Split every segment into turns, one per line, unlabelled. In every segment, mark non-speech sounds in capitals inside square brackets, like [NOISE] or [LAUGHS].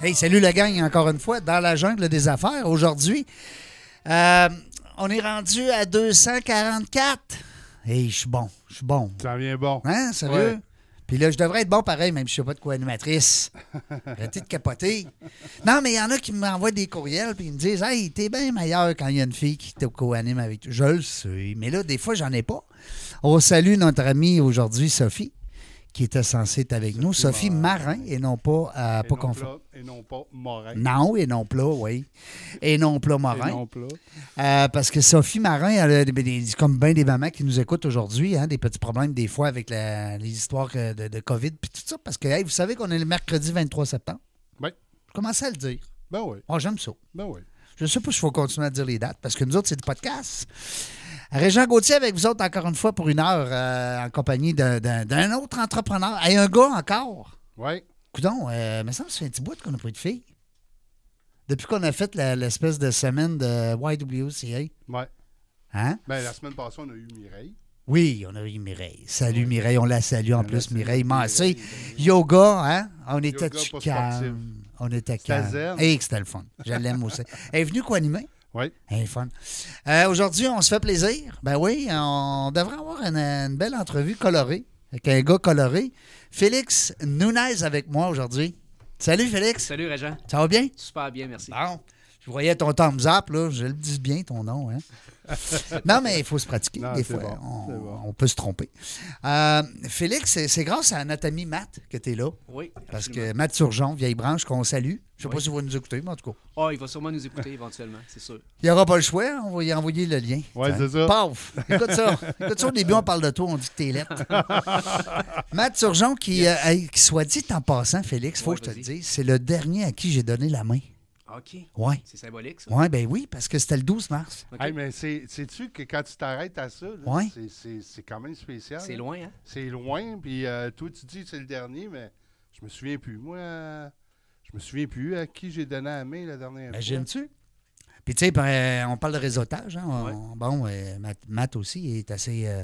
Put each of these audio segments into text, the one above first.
Hey, salut la gang, encore une fois, dans la jungle des affaires aujourd'hui. euh, on est rendu à 244. Hey, je suis bon, je suis bon.
Ça vient bon.
Hein, sérieux?
Ouais.
Puis là, je devrais être bon pareil, même si je ne sais pas de quoi
[LAUGHS]
animatrice. Arrêtez de capoter. Non, mais il y en a qui m'envoient des courriels puis ils me disent Hey, t'es bien meilleur quand il y a une fille qui te co-anime avec toi. Je le sais, mais là, des fois, j'en ai pas. On salue notre amie aujourd'hui, Sophie, qui était censée être avec nous. Sophie Marin, et non pas, euh,
Et
pas
non
confondre.
plat, Et non pas Morin.
Non, et non plat, oui. Et non plat Morin.
Et non plat.
Euh, parce que Sophie Marin, elle a des- ben, des- comme bien des mamans qui nous écoutent aujourd'hui, hein, des petits problèmes des fois avec la- les histoires que- de, de COVID puis tout ça. Parce que hey, vous savez qu'on est le mercredi 23 septembre.
Oui.
Je commençais à le dire.
Ben oui,
Oh, j'aime ça.
ben oui.
Je sais pas si je vais continuer à dire les dates parce que nous autres, c'est du podcast. Régent Gauthier avec vous autres encore une fois pour une heure euh, en compagnie d'un- d'un d'un autre entrepreneur. Et un gars encore.
Ouais.
Coudon, euh, me semble que ça fait un petit bout qu'on n'a pas eu de filles. Depuis qu'on a fait la- l'espèce de semaine de YWCA.
Ouais.
Hein?
Ben la semaine passée, on a eu Mireille.
Oui, on a eu Mireille. Salut Mireille, on la salue en
On la
plus,
salue,
Mireille Massé.
Mireille.
Yoga, hein? On était
Yoga pas
calme. On était calme.
zen.
Et que c'était le fun. Je l'aime aussi. Elle est venue co-animer.
Ouais.
Elle est fun. Euh, Aujourd'hui, on se fait plaisir. Ben oui, on devrait avoir une, une belle entrevue colorée, avec un gars coloré. Félix Nunez avec moi aujourd'hui. Salut Félix,
Salut Réjean,
ça va bien?
super bien, merci.
Bon. Je voyais ton thumbs up, là. Je le dis bien, ton nom.
[LAUGHS]
hein. non, mais il faut se pratiquer.
Non,
des
c'est
fois,
bon,
on,
c'est bon.
on peut se tromper. Euh, Félix, c'est- c'est grâce à notre ami Matt que tu es là.
Oui,
Parce
absolument.
que Matt Turgeon, vieille branche, qu'on salue. Je ne sais pas
Oui.
si vous nous écoutez, mais en tout cas.
Oh, il va sûrement nous écouter éventuellement, c'est sûr.
Il n'y aura pas le choix, hein. on va y envoyer le lien.
Ouais,
Tiens.
c'est ça.
Paf! Écoute ça. Écoute ça, au début, on parle de toi, on dit que t'es
[LAUGHS]
lettre. Matt Turgeon, qui, euh, hey, qui soit dit en passant, Félix, faut
Ouais,
que je te le
vas-y.
dise, c'est le dernier à qui j'ai donné la main.
OK,
Ouais.
c'est symbolique ça.
Ouais, ben oui, parce que c'était le 12 mars.
OK.
Hey, mais c'est- sais-tu que quand tu t'arrêtes à ça, là,
Ouais.
c'est- c'est c'est quand même spécial.
C'est
là.
loin, hein?
C'est loin, puis euh, toi, tu dis que c'est le dernier, mais je me souviens plus. Moi, euh, je me souviens plus à qui j'ai donné la main la dernière fois.
Imagines-tu? Ben, Puis, tu sais, ben, on parle de réseautage. hein, on-
Ouais.
Bon, euh, Matt, Matt aussi, il est assez, euh,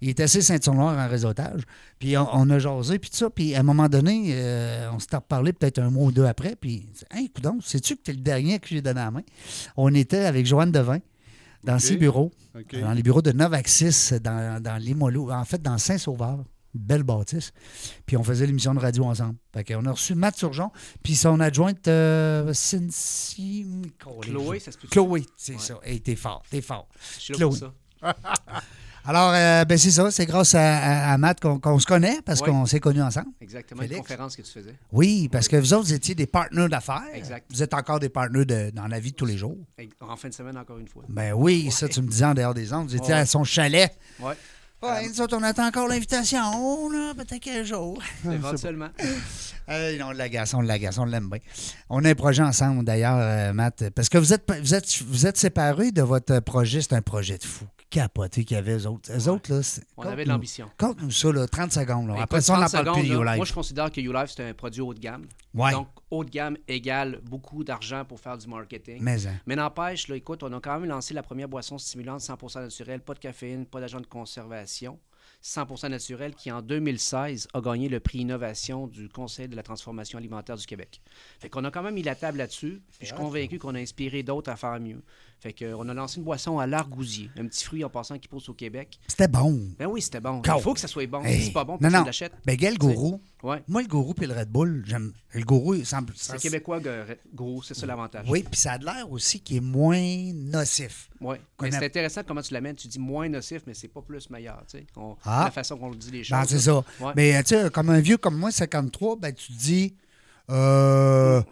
il est assez ceinture-noire en réseautage. Puis, on, on a jasé, puis tout ça. Puis, à un moment donné, euh, on s'est reparlé peut-être un mois ou deux après. Puis, hey, coudonc, sais-tu que t'es le dernier à qui j'ai donné la main? On était avec Joanne Devin dans
Ok.
ses bureaux,
OK.
dans les bureaux de Novaxis, dans, dans les Molos, en fait, dans Saint-Sauveur. Belle bâtisse. Puis on faisait l'émission de radio ensemble. Fait qu'on a reçu Matt Surgeon, puis son adjointe euh, Cynthia.
Chloé, ça se peut
Chloé, c'est
Ouais.
ça. Hey, t'es fort, t'es fort.
Je suis là
Chloé.
pour ça.
Alors, euh, ben c'est ça, c'est grâce à, à- à Matt qu'on qu'on se connaît parce
Ouais.
qu'on s'est connus ensemble.
Exactement, une
Félix.
conférence que tu faisais.
Oui, parce que vous autres, vous étiez des partenaires d'affaires.
Exact.
Vous êtes encore des partenaires de- dans la vie de tous les jours.
Hey, En fin de semaine, encore une fois.
Ben oui, ça, tu me disais en dehors des ondes, vous étiez
Ouais.
à son chalet. [LAUGHS]
Ouais,
Ouais, nous autres, on attend encore l'invitation, là, peut-être un [LAUGHS] jour.
éventuellement.
Euh, on l'agace, on l'agace, on l'aime bien. On a un projet ensemble, d'ailleurs, euh, Matt. Parce que vous êtes, vous êtes, vous êtes séparés de votre projet. C'est un projet de fou. Capoté qu'il y avait, eux autres. Eux autres, là. c'est-
On
conte-nous-
avait de l'ambition.
Conte-nous ça, là, 30 secondes. là.
Écoute,
Après ça, on
30
n'en parle
secondes,
plus,
là,
YouLife.
Moi, je considère que YouLife, c'est un produit haut de gamme.
Ouais.
Donc, haut de gamme égale beaucoup d'argent pour faire du marketing.
Mais, hein.
Mais n'empêche, là, écoute, on a quand même lancé la première boisson stimulante 100% naturelle, pas de caféine, pas d'agent de conservation, 100% naturelle, qui en 2016 a gagné le prix innovation du Conseil de la transformation alimentaire du Québec. Fait qu'on a quand même mis la table là-dessus, puis je suis convaincu qu'on a inspiré d'autres à faire mieux. Fait qu'on a lancé une boisson à l'argousier, un petit fruit en passant qui pousse au Québec.
C'était bon.
Ben oui, c'était bon.
Cool.
Il faut que ça soit bon.
Hey.
Si c'est pas bon,
non,
personne
non.
ne l'achète.
Ben, Gaël Gourou.
Ouais.
Moi, le Gourou puis le Red Bull, j'aime. Le Gourou, il semble.
C'est
ça-
québécois gue- gros, c'est ça l'avantage.
Oui, puis ça a l'air aussi qu'il est moins nocif.
Ouais.
Qu'on
Mais c'est
a-
intéressant comment tu l'amènes. Tu dis moins nocif, mais c'est pas plus meilleur. tu sais. On-
Ah.
La façon qu'on le dit les choses.
Ben, c'est
là.
ça.
Ouais.
Mais euh, tu sais, comme un vieux comme moi, 53, ben, tu te dis, euh,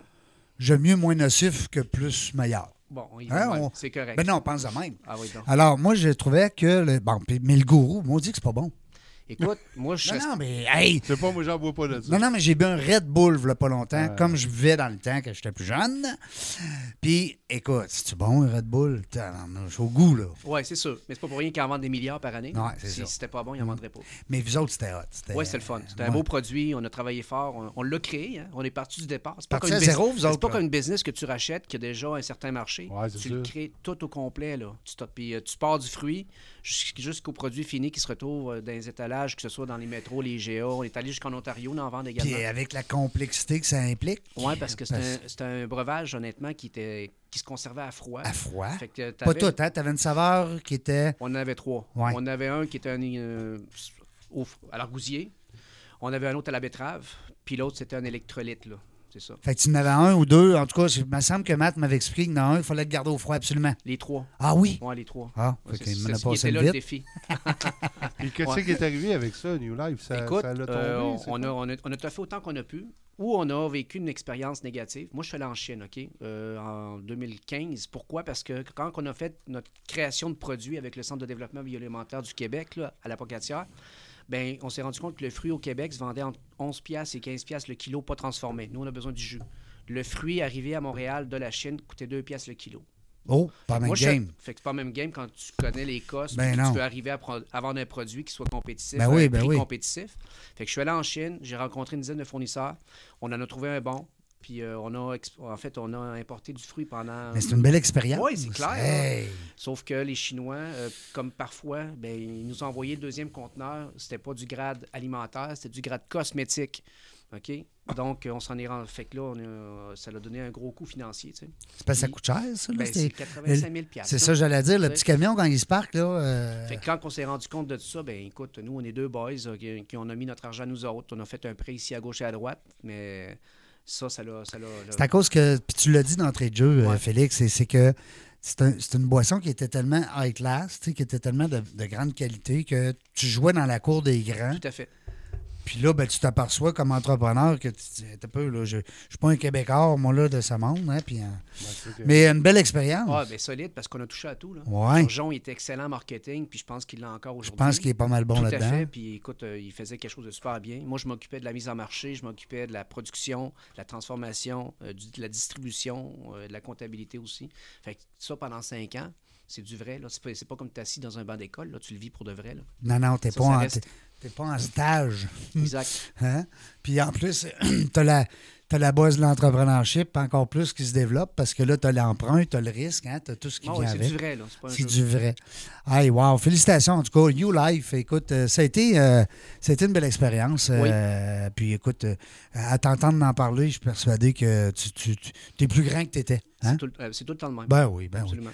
j'aime mieux moins nocif que plus meilleur.
Bon, on y
Hein,
va. ouais.
on-
C'est correct.
Ben non, on pense de même.
Ah oui, donc.
Alors, moi, je trouvais que. Le... Bon, puis- mais le gourou, moi, dit que c'est pas bon.
Écoute, moi, je
Non,
reste-
non, mais hey!
C'est pas moi, j'en bois pas de ça.
Non, non, mais j'ai bu un Red Bull il pas longtemps, comme je buvais dans le temps que j'étais plus jeune. Puis, écoute, c'est-tu bon, un Red Bull? J'ai au goût, là.
Ouais, c'est sûr. Mais c'est pas pour rien qu'ils en vendent des milliards par année.
Ouais, c'est ça.
si c'était pas bon, ils en vendraient pas.
Mais vous autres, c'était hot. C'était- euh,
Ouais, c'est le fun. C'était un
Ben, Ouais.
beau produit. On a travaillé fort. On, on l'a créé. hein. On est parti du départ. C'est pas,
Parti
comme une
à zéro, vous
business- c'est
autres,
pas
là.
comme une business que tu rachètes qui a déjà un certain marché.
Ouais, c'est
tu le
sûr.
crées tout au complet. Là. Tu, t'as- puis, euh, tu pars du fruit jusqu- jusqu'au produit fini qui se retrouve euh, dans les étalages déballage, que ce soit dans les métros, les GA. On est allé jusqu'en Ontario, on en vend également.
Puis avec la complexité que ça implique.
Oui, parce que c'est un, c'est un breuvage, honnêtement, qui, était, qui se conservait à froid.
À froid.
Fait que
Pas
t'avais-
tout, hein? T'avais une saveur qui était.
On en avait trois.
Ouais.
On avait un qui était un, euh, au- à l'argousier. On avait un autre à la betterave. Puis l'autre, c'était un électrolyte, là. C'est ça.
Fait que tu en avais un ou deux. En tout cas, il me semble que Matt m'avait expliqué que dans un, il fallait le garder au froid absolument.
Les trois.
Ah oui?
Ouais, les trois.
Ah,
Ouais,
fait
c'est-
qu'il m'en
c'est
a
ce qui
passé
était
une
là le
vite.
défi.
Et qu'est-ce
Ouais.
qui est arrivé avec ça, New Life? Ça,
Écoute,
ça l'a tombé,
euh, on,
c'est
on a,
quoi?
on, a, on a tout fait autant qu'on a pu ou on a vécu une expérience négative. Moi, je suis allé en Chine, OK, euh, en 2015. Pourquoi? Parce que quand on a fait notre création de produits avec le Centre de développement bioalimentaire du Québec, là, à la Pocatière, ben, on s'est rendu compte que le fruit au Québec se vendait entre 11 piastres et 15 piastres le kilo pas transformé. Nous, on a besoin du jus. Le fruit arrivé à Montréal de la Chine coûtait 2 piastres le kilo.
Oh, pas mal
Moi,
de
je-
game.
Fait que c'est pas le même game quand tu connais les costs.
Ben
puis
non.
tu veux arriver à, prendre- à vendre un produit qui soit compétitif,
Ben
à
oui,
un
ben
prix
oui.
compétitif. Fait que je suis allé en Chine, j'ai rencontré une dizaine de fournisseurs. On en a trouvé un bon. Puis euh, on a exp- en fait, on a importé du fruit pendant.
Mais c'est une belle expérience.
Oui, c'est clair,
Hey!
Sauf que les Chinois, euh, comme parfois, ben, ils nous ont envoyé le deuxième conteneur. C'était pas du grade alimentaire, c'était du grade cosmétique. OK? Donc, euh, on s'en est rendu. Fait que là, on a- ça l'a donné un gros coût financier. tu sais.
C'est parce que ça coûte cher, ça. là,
Ben,
c'est-
c'est 85 000
c'est ça, j'allais dire. Le petit camion, quand il se parque, là. euh,
Fait que quand on s'est rendu compte de tout ça, ben écoute, nous, on est deux boys euh, qui, qui on a mis notre argent nous autres. On a fait un prêt ici à gauche et à droite, mais ça, ça l'a. Ça l'a- l'a-
C'est à cause que, puis tu l'as dit d'entrée de jeu, euh,
Ouais.
Félix, c'est- c'est que c'est un- c'est une boisson qui était tellement high class, tu sais, qui était tellement de, de grande qualité que tu jouais dans la cour des grands.
Tout à fait.
Puis là, ben, tu t'aperçois comme entrepreneur que tu te dis, Attends un peu, là, je ne suis pas un Québécois, moi, là, de ce monde. hein, puis, euh,
Ben, c'est que-
mais une belle expérience.
Ah, ben solide, parce qu'on a touché à tout. Là.
Ouais.
Turgeon était excellent en marketing, puis je pense qu'il l'a encore
je
aujourd'hui.
pense qu'il est pas mal bon
Tout à fait.
là-dedans.
Puis écoute, euh, il faisait quelque chose de super bien. Moi, je m'occupais de la mise en marché, je m'occupais de la production, de la transformation, euh, du- de la distribution, euh, de la comptabilité aussi. Fait que ça, pendant cinq ans, c'est du vrai. Là. C'est, pas, c'est pas comme tu assis dans un banc d'école. Là. Tu le vis pour de vrai. Là.
Non, non, t'es
Ça,
pas,
ça
en-
reste.
t'es- t'es pas en stage.
Exact.
Hein? Puis en plus, [CLEARS THROAT] tu as la, t'as la base de l'entrepreneurship encore plus qui se développe parce que là, tu as l'emprunt, tu as le risque, hein, tu as tout ce qui
Ah
vient
ouais, c'est
avec.
du vrai, là. C'est pas un
C'est du
jeu.
vrai. Hey, wow. Félicitations, en tout cas. You Life, écoute, euh, ça, a été, euh, ça a été une belle expérience.
Oui.
Euh, puis écoute, euh, à t'entendre m'en parler, je suis persuadé que tu, tu, es plus grand que tu étais.
C'est tout, le- euh, c'est tout le temps le même.
Ben oui, hein? ben oui.
Absolument.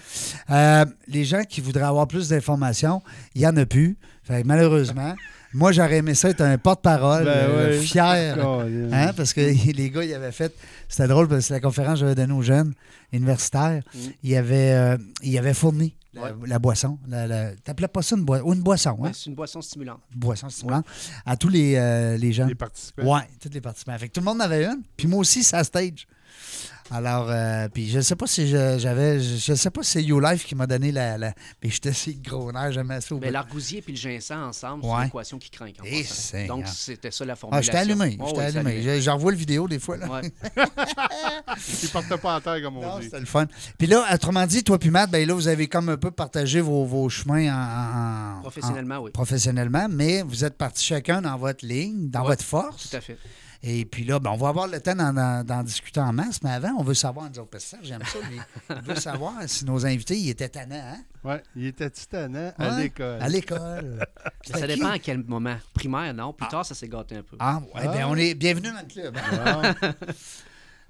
Euh, les gens qui voudraient avoir plus d'informations, il n'y en a plus. Fait que malheureusement, moi, j'aurais aimé ça être un porte-parole
Ben
euh,
oui.
fier.
Colin.
Hein, parce que [LAUGHS] les gars, ils avaient fait. C'était drôle parce que c'est la conférence que j'avais donnée aux jeunes universitaires.
Mm.
Ils, avaient, euh, ils avaient fourni la,
Ouais.
la boisson. La, la- T'appelais pas ça une boisson? Une boisson, hein?
Ouais, Ben, c'est une boisson stimulante.
Boisson stimulante. À tous les, euh, les jeunes.
Les participants.
Ouais, tous les participants. Fait que tout le monde en avait une. Puis moi aussi, ça stage. Alors, euh, puis je sais pas si je- j'avais. Je, je sais pas si c'est You Life qui m'a donné la. la- Mais j'étais [LAUGHS] si gros nerf, j'aimais ça. au
Mais
bout.
Ben, l'argousier puis le ginseng ensemble, c'est
Ouais.
une équation qui craint. en
Eh,
passant.
Seigneur.
Donc, c'était ça la formulation.
Ah, j'étais allumé.
Oh,
J'étais
oui, c'est
allumé. Je- Ah, J'en revois le vidéo des fois. Là.
Ouais.
Ils partent pas en terre, comme on
Non,
dit.
Ah, c'était le fun. Puis là, autrement dit, toi puis Matt, ben là, vous avez comme un peu partagé vos, vos chemins en- en, en-
Professionnellement, oui.
en- professionnellement, mais vous êtes partis chacun dans votre ligne, dans
Ouais,
votre force.
Tout à fait.
Et puis là, ben, on va avoir le temps d'en- d'en d'en discuter en masse, mais avant, on veut savoir, nous autres, parce que ça, j'aime ça, lui. on veut savoir si nos invités, ils étaient tannants, hein?
Ouais, il était titanant
Hein?
à l'école.
À l'école.
Ça
C'était qui?
dépend à quel moment. Primaire, non. Plus tard, ça s'est gâté un peu.
Ah, ouais, ben, on est bienvenue dans le club. hein?
Ah,
[LAUGHS]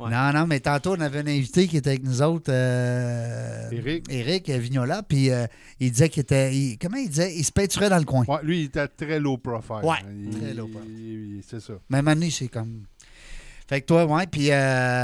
Ouais.
Non, non, mais tantôt, on avait un invité qui était avec nous autres. euh,
Éric.
Éric Vignola, puis euh, il disait qu'il était. il- comment il disait Il se peinturait dans le coin.
ouais, lui, il était très low profile.
Ouais,
Il-
très low profile.
il- il- C'est ça.
Même année, c'est comme. Fait que toi, ouais, puis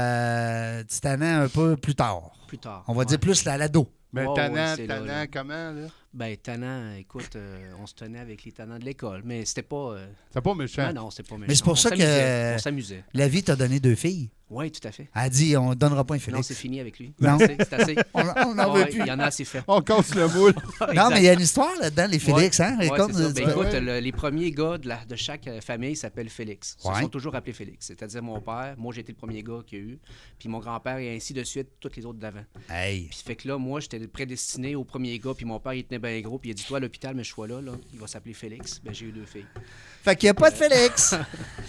euh, tu t'en as un peu plus tard.
Plus tard.
On va
ouais.
dire plus la lado.
Mais
Ouais, ouais,
tannant,
c'est là,
tannant,
là.
comment, là?
Ben, tannant, écoute, euh, on se tenait avec les tannants de l'école. Mais c'était pas. euh,
C'est pas méchant.
Non, non, c'était pas méchant.
Mais c'est pour
On
ça que-
s'amusait, On s'amusait.
La vie t'a donné deux filles.
Oui, tout à fait.
Elle dit on donnera pas un
Non,
Félix.
c'est fini avec lui.
Non.
C'est c'est assez.
[LAUGHS]
Ah
on on n'en
Ouais,
veut plus.
Il y en a assez fait.
On casse le moule.
[LAUGHS]
Non, mais il y a une histoire là-dedans, les Félix, hein?
Ouais,
Comme-
c'est ça. Ben,
tu-
ouais.
écoute, le- les premiers gars de, la- de chaque euh, famille s'appellent Félix. Ils
Ouais.
se sont toujours appelés Félix. C'est-à-dire mon père, moi j'ai été le premier gars qu'il y a eu, puis mon grand-père et ainsi de suite, tous les autres d'avant.
Hey.
Puis fait que là, moi j'étais prédestiné au premier gars, puis mon père il tenait bien bien gros, puis il a dit Toi, à l'hôpital, mais je suis là, là, il va s'appeler Félix. Ben, j'ai eu deux filles.
Fait qu'il n'y a pas de
[LAUGHS]
Félix.
Ça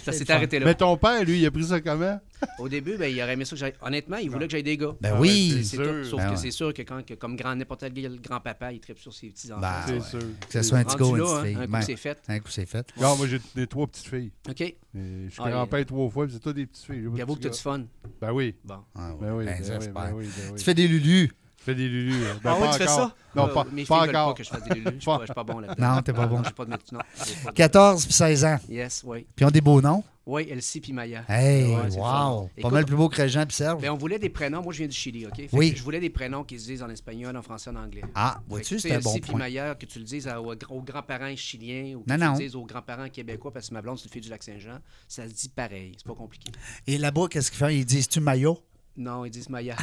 le
s'est
fun.
arrêté là.
Mais ton père, lui, il a pris ça comment?
Au début, ben, il aurait aimé ça que j'aille. Honnêtement, il voulait que j'aille des gars.
Ben
Ah,
oui,
ouais,
C'est
sûr.
tout. Sauf
Ben
que
ouais.
c'est sûr que, quand, que comme grand n'importe quel grand-papa, il tripe sur ses petits-enfants.
Ben,
c'est
ouais.
sûr.
que ce soit un petit gars ou
Rendu
une
là,
petite
hein,
fille.
un coup,
Ben,
c'est fait.
un coup, c'est fait.
Non, moi, j'ai j'ai trois petites filles.
OK.
Et je suis
Ah,
grand-père trois fois, puis c'est toutes des petites filles. J'ai pas de
J'avoue que
petits
t'as du fun.
gars. Ben oui.
Bon.
Ah ouais,
Ben oui,
ben
ben, oui,
j'espère.
ben oui, ben oui.
Tu fais des lulus.
Je fais des lulus. hein. Ben,
ah ouais,
pas
tu fais
encore.
ça?
Non,
Euh,
pas,
mes filles
pas
veulent
encore.
pas que je fasse
[LAUGHS]
des lulus. Je suis pas- je suis pas bon là-dedans.
Non, t'es pas bon.
J'ai pas de métier. Non, j'ai pas de-
14 puis 16 ans.
Yes, oui.
Puis ils ont des beaux noms.
Oui, Elsie puis Maya.
Hey,
Ouais, c'est le fun.
wow. Pas
Écoute,
mal plus beau que Régent puis Serge.
Ben, on voulait des prénoms. Moi, je viens du Chili, OK? Fait que
Oui.
Je voulais des prénoms qui se disent en espagnol, en français, en anglais.
Ah,
Fait que,
vois-tu,
tu sais,
c'est un
Elsie
bon
puis
point.
Maya, que tu le dises à- aux, aux grands-parents chiliens ou que
Non,
tu
non.
le dises aux grands-parents québécois, parce que ma blonde, c'est une fille du Lac-Saint-Jean, ça se dit pareil. C'est pas compliqué.
Et là-bas, qu'est-ce qu'ils font? Ils disent-tu maillot?
Non, ils
[LAUGHS]
disent Maya.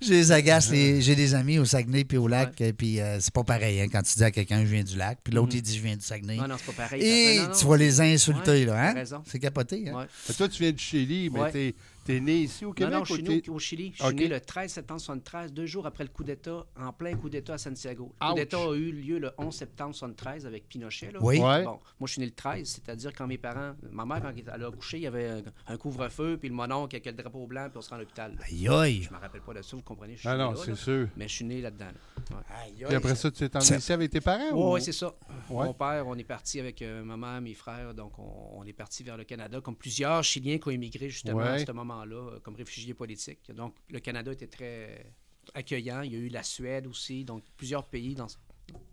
Je les agace. les- J'ai des amis au Saguenay puis au lac. et Puis euh, c'est pas pareil hein, quand tu dis à quelqu'un je viens du lac. Puis l'autre, il dit je viens du Saguenay.
Mm. non, non, c'est pas pareil.
Et
Non, non, non.
tu vas les insulter,
Ouais,
là.
t'as
Hein?
raison.
C'est capoté. Hein?
Ouais.
Mais Toi, tu viens du Chili, mais
Ouais.
t'es- t'es né ici au
Non,
Québec
non, je
ou
suis
t'es-
né au Chili. Je suis
OK.
né le 13 septembre 73, deux jours après le coup d'État, en plein coup d'État à Santiago. Le
Ouch.
coup d'État a eu lieu le 11 septembre 73 avec Pinochet. Là.
Oui.
Ouais.
Bon, moi, je suis né le 13, c'est-à-dire quand mes parents, ma mère, quand elle a accouché, il y avait un, un couvre-feu, puis le mononcle avec le drapeau blanc, puis on se rend à l'hôpital.
Aïe, aïe.
Je me rappelle pas de ça, vous comprenez? Je suis
Ah
né
non,
là,
c'est
là.
sûr.
Mais je suis né là-dedans. là. Ouais.
Puis après ça, tu t'es emmené
Ça-
ici avec tes parents? ou-
Oui, c'est ça.
Ouais.
Mon père, on est parti avec euh, ma mère, mes frères, donc on, on est parti vers le Canada, comme plusieurs Chiliens qui ont émigré justement à
Ouais.
ce moment-là, euh, comme réfugiés politiques. Donc le Canada était très accueillant. Il y a eu la Suède aussi, donc plusieurs pays dans,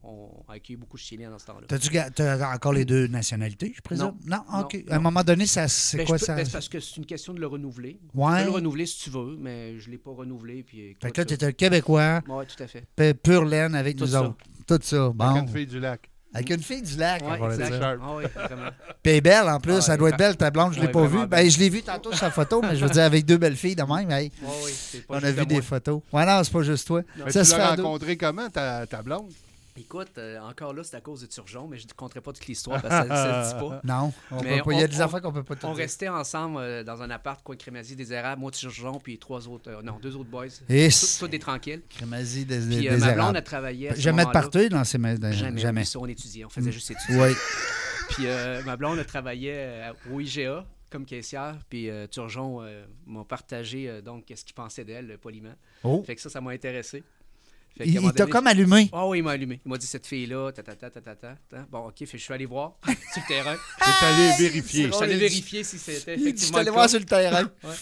ont accueilli beaucoup de Chiliens dans ce temps-là.
T'as-tu ga- t'as encore les deux nationalités, je présume? Non,
Non,
OK.
non.
À un moment donné, ça, c'est
Ben, je
quoi
peux-
ça?
ben, c'est parce que c'est une question de le renouveler. Tu
Ouais.
peux le renouveler si tu veux, mais je ne l'ai pas renouvelé. Puis,
Fait que là, t'es un Québécois,
Oui, tout à fait.
pe- pure laine avec
Tout
nous
ça.
autres. Tout ça. Bon.
Avec une fille du lac.
Avec une fille du lac.
Ouais,
va le
exact.
dire.
Ah ouais, vraiment.
Puis elle est belle en plus.
Ouais,
elle doit être belle, ta blonde, je ne l'ai
ouais,
pas
vraiment
vue. Ben,
belle.
je l'ai vue tantôt sur la photo, mais je veux dire, avec deux belles filles de même. hey,
Ouais, ouais, c'est pas
on a
juste
vu
à
des
moi.
photos. Ouais, non, c'est pas juste toi.
Mais
Ça
tu
se fait
l'as
à deux.
rencontré comment, ta, ta blonde?
Écoute, euh, encore là, c'est à cause de Turgeon, mais je ne compterai pas toute l'histoire parce que ça ne se dit pas.
[LAUGHS] Non, on
Mais
peut pas- il y a
on-
des
on-
affaires qu'on peut pas tout
On
dire.
restait ensemble euh, dans un appart, coin crémazie, des érables, moi, Turgeon, puis trois autres, euh, non, deux autres boys.
Et
Tout- Tous des tranquilles.
Crémazie des, des,
Puis euh,
des
ma
érables.
blonde, elle travaillait. à ce
Jamais de
moment-là.
partout dans ces ma- dans-
Jamais.
Jamais.
Jamais. on étudiait, on faisait juste étudier.
Oui.
Puis euh, ma blonde, elle travaillait euh, au IGA comme caissière, puis euh, Turgeon euh, m'a partagé euh, donc ce qu'il pensait d'elle, euh, poliment.
Oh.
Fait que ça, ça m'a intéressé. Fait
Il,
qu'à un moment
il t'a
donné,
comme allumé.
Ah oui, il m'a allumé. Il m'a dit cette fille-là, ta ta ta ta ta ta. ta. Bon, ok, fait, que je suis allé voir [LAUGHS] sur
[LAUGHS]
le terrain.
T'es allé
Je
vérifier.
suis
il
allé
dit-
vérifier si c'était
Il dit, Ah, Je
effectivement.
suis allé
le
voir
cas.
sur le terrain.
Ouais.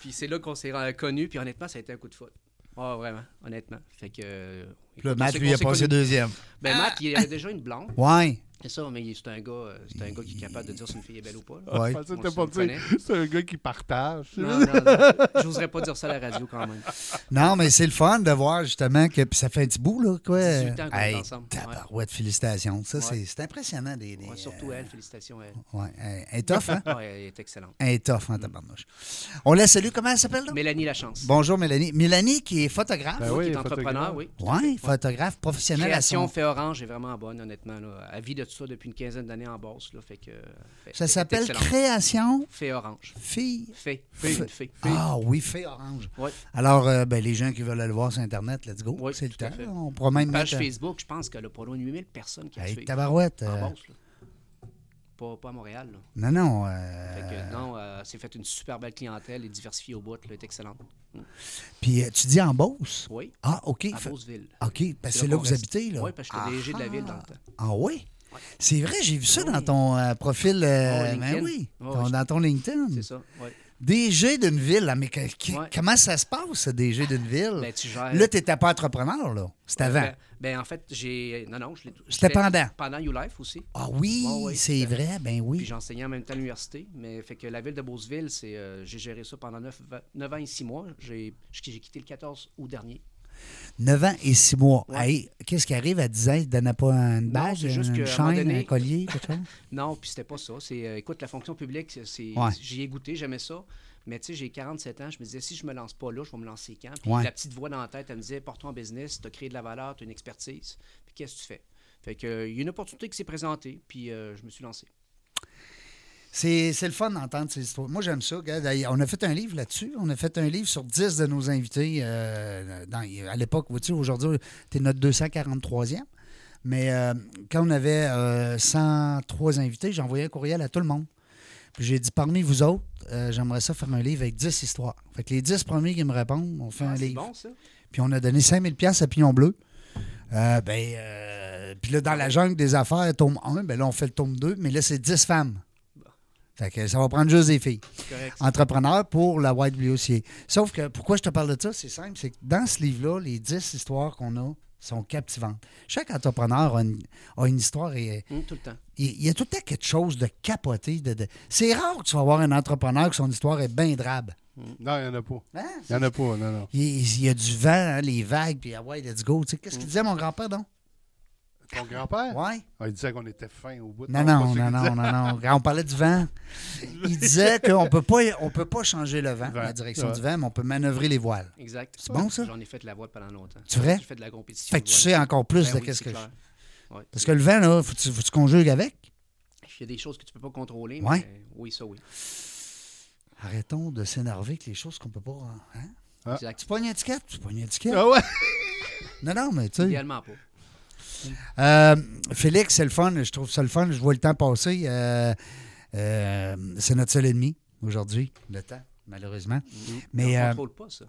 Puis c'est là qu'on s'est euh, connus, puis honnêtement, ça a été un coup de foot. Ah, vraiment, honnêtement. Fait que. euh, écoute,
Le
on
match,
s'est-
lui,
on
il a
s'est
passé
connus.
deuxième.
Ben, Matt,
Ah!
il avait déjà une blonde.
Ouais.
C'est ça, mais il- c'est un, gars, euh, c'est un gars qui est capable de dire si une fille est belle ou pas. là.
Ouais.
Ah, ça,
On
t'as
se
pas dit,
connaît.
C'est un gars qui partage.
[LAUGHS]
Non, non, non. J'oserais pas dire ça à la radio quand même.
Non, mais c'est le fun de voir justement que puis ça fait un petit bout, là, quoi.
18 ans qu'on est ensemble. Ouais.
tabarouette, félicitations. Ça,
Ouais.
c'est- c'est impressionnant. Des, des-
Ouais, surtout elle, félicitations à elle.
Ouais, elle elle est tough,
[LAUGHS]
hein?
Ouais, elle est excellente.
Elle est tough, hein, tabarnouche. On la salue, comment elle s'appelle, là?
Mélanie Lachance.
Bonjour, Mélanie. Mélanie, qui est photographe.
Ben
qui
oui,
est
photographe.
entrepreneur, oui.
oui, photographe professionnelle à
Création
son...
fait orange est vraiment bonne, honnêtement. Là. Elle vit de tout ça depuis une quinzaine d'années en bourse. Là, fait que, fait- elle
Ça
est
s'appelle
excellente.
Création
Fait orange.
Fille.
Fait.
Fée.
Fait. Fait. fait.
Ah oui, Fille Orange.
Ouais.
Alors, euh, ben, les gens qui veulent aller voir sur Internet, let's go.
Oui,
c'est le
tout à
temps.
fait.
On pourra même
Page
mettre... euh,
Facebook, je pense qu'elle a pas loin de 8000 personnes qui la
hey,
suivent.
tabarouette.
En
euh,
Beauce, là. Pas, pas à Montréal. Là.
non, non. euh,
Fait que, non, euh, c'est fait une super belle clientèle et diversifiée au bout. Là, elle est excellente.
Puis euh, tu dis en Beauce?
Oui,
Ah, OK.
à
Fait-
Beauceville.
OK, parce que c'est là
qu'on
que vous
reste.
habitez, là.
Oui, parce que j'étais DG de la
Ah,
ville dans le temps.
Ah oui? C'est vrai, j'ai vu ça
Oui.
dans ton euh, profil. euh, ben
Mon LinkedIn.
oui,
Ouais,
ton-
je-
dans ton LinkedIn.
C'est ça, oui.
DG d'une ville, là, mais que- que-
Ouais.
comment ça se passe, ça, DG d'une ville?
Ben, tu gères.
là, tu n'étais pas entrepreneur, là. C'était avant.
Ben, ben, en fait, j'ai. Non, non, je l'ai.
C'était
j'étais-
pendant.
Pendant YouLife aussi.
ah oui,
Ouais, ouais,
c'est
c'était-
vrai, ben
Puis
oui.
j'enseignais en même temps à l'université. Mais fait que la ville de Beauceville, c'est, euh, j'ai géré ça pendant 9, ans et 6 mois. J'ai, j'ai quitté le 14 août dernier.
9 ans et 6 mois.
Ouais.
Hey, Qu'est-ce qui arrive à 10 ans? Tu ne pas une bague,
c'est juste
une
qu'à un moment
chaîne,
donné-
un collier, quelque chose?
Non, puis c'était pas ça. C'est, euh, écoute, la fonction publique, c'est, c'est-
Ouais.
j'y ai goûté, j'aimais ça. Mais tu sais, j'ai 47 ans, je me disais, si je me lance pas là, je vais me lancer quand? Puis
Ouais.
la petite voix dans la tête, elle me disait, porte-toi en business, tu as créé de la valeur, tu as une expertise, puis qu'est-ce que tu fais? Fait que, euh, il y a une opportunité qui s'est présentée, puis euh, je me suis lancé.
C'est c'est le fun d'entendre ces histoires. Moi, j'aime ça. Regarde, d'ailleurs, on a fait un livre là-dessus. On a fait un livre sur 10 de nos invités euh, dans- à l'époque. Vois-tu, aujourd'hui, t'es notre 243e. Mais euh, quand on avait euh, 103 invités, j'envoyais un courriel à tout le monde. Puis j'ai dit, parmi vous autres, euh, j'aimerais ça faire un livre avec 10 histoires. Fait que les 10 premiers qui me répondent, on fait un
Ah, c'est
livre.
bon, ça.
Puis on a donné 5000 pièces à Pignon Bleu. Euh, ben, euh, puis là, dans la jungle des affaires, tome 1, ben là, on fait le tome 2, mais là, c'est 10 femmes. Fait que ça va prendre juste des filles.
C'est correct.
Ah. Entrepreneurs pour la White Blue aussi. Sauf que pourquoi je te parle de ça, c'est simple, c'est que dans ce livre-là, les 10 histoires qu'on a sont captivantes. Chaque entrepreneur a une, a une histoire et euh,
Hum, tout le temps.
il il y a tout le temps quelque chose de capoté. De, de- C'est rare que tu vas avoir un entrepreneur que son histoire est bien drabe.
Non, il n'y en a pas.
Hein?
Il n'y en a pas, non, non.
Il, il y a du vent, hein, les vagues, puis ah ouais, let's go. Tu sais, qu'est-ce qu'il disait mon grand-père, donc?
Ton grand-père?
Ouais.
Ah, il disait qu'on était fin au bout.
Non,
pas
non,
ce
non,
qu'il
non,
disait.
non, non. Quand on parlait du vent, il disait qu'on peut pas, on peut pas changer le vent,
Vent,
la direction
ouais.
du vent, mais on peut manœuvrer les voiles.
Exact.
C'est bon, ça?
J'en ai fait de la voile pendant longtemps.
C'est vrai?
J'ai fait de la compétition.
Fait que tu
de
sais
voile.
encore plus
Ben
de
oui,
qu'est-ce
c'est
que je...
clair. Ouais.
Parce que le vent, là, faut que tu, faut que tu conjugues avec.
Il y a des choses que tu peux pas contrôler.
Ouais.
Mais euh, oui, ça, oui.
Arrêtons de s'énerver avec les choses qu'on peut pas... Hein?
Ah.
Tu pognes une étiquette? Tu pognes une étiquette?
Ah ouais?
Non, non, mais tu sais...
Idéalement pas.
Euh, Félix, c'est le fun. Je trouve ça le fun. Je vois le temps passer. Euh, euh, c'est notre seul ennemi aujourd'hui, le temps, malheureusement.
Mm-hmm.
Mais
on
euh,
contrôle pas ça.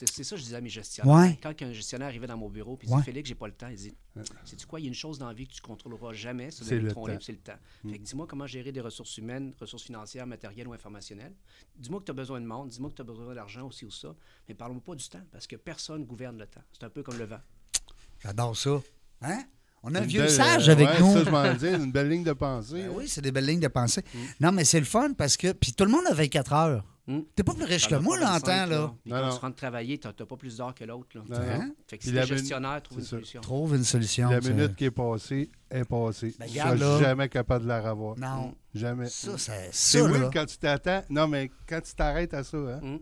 C'est- C'est ça que je disais à mes gestionnaires.
Ouais.
Quand un gestionnaire arrivait dans mon bureau puis il dit
Ouais.
Félix, j'ai pas le temps, il dit Sais-tu quoi, il y a une chose dans la vie que tu contrôleras jamais, ça,
C'est
devient
le
ton
temps.
livre, c'est le temps.
Mm.
Fait que dis-moi comment gérer des ressources humaines, ressources financières, matérielles ou informationnelles. Dis-moi que tu as besoin de monde, dis-moi que tu as besoin d'argent aussi ou ça, mais parle-moi pas du temps parce que personne gouverne le temps. C'est un peu comme le vent.
j'adore ça. Hein? On a un
Une
vieux
belle,
sage
euh,
avec
ouais,
nous.
Ça, je Mm. m'en dis, une belle ligne de pensée.
Ben oui, c'est des belles lignes de pensée. Non, mais c'est le fun parce que. Puis tout le monde a 24 heures.
Mm.
T'es pas plus riche que
Ah,
T'en as
moi,
pas
là, en
25,
temps, là.
Puis
Non,
quand
non.
tu rentres travailler, t'as t'as pas plus d'heures que l'autre. là.
Non,
Hein?
non.
Fait que
Puis
si
la
le
minute-
gestionnaire trouve une
c'est ça.
solution.
Trouve une solution.
La
ça.
minute qui est passée est passée.
Ben,
Je
regarde, là.
serai jamais capable de la revoir. Mm,
Non.
Jamais.
Ça, c'est
C'est
ça,
oui
là.
quand tu t'attends. Non, mais quand tu t'arrêtes à ça, hein,
Mm.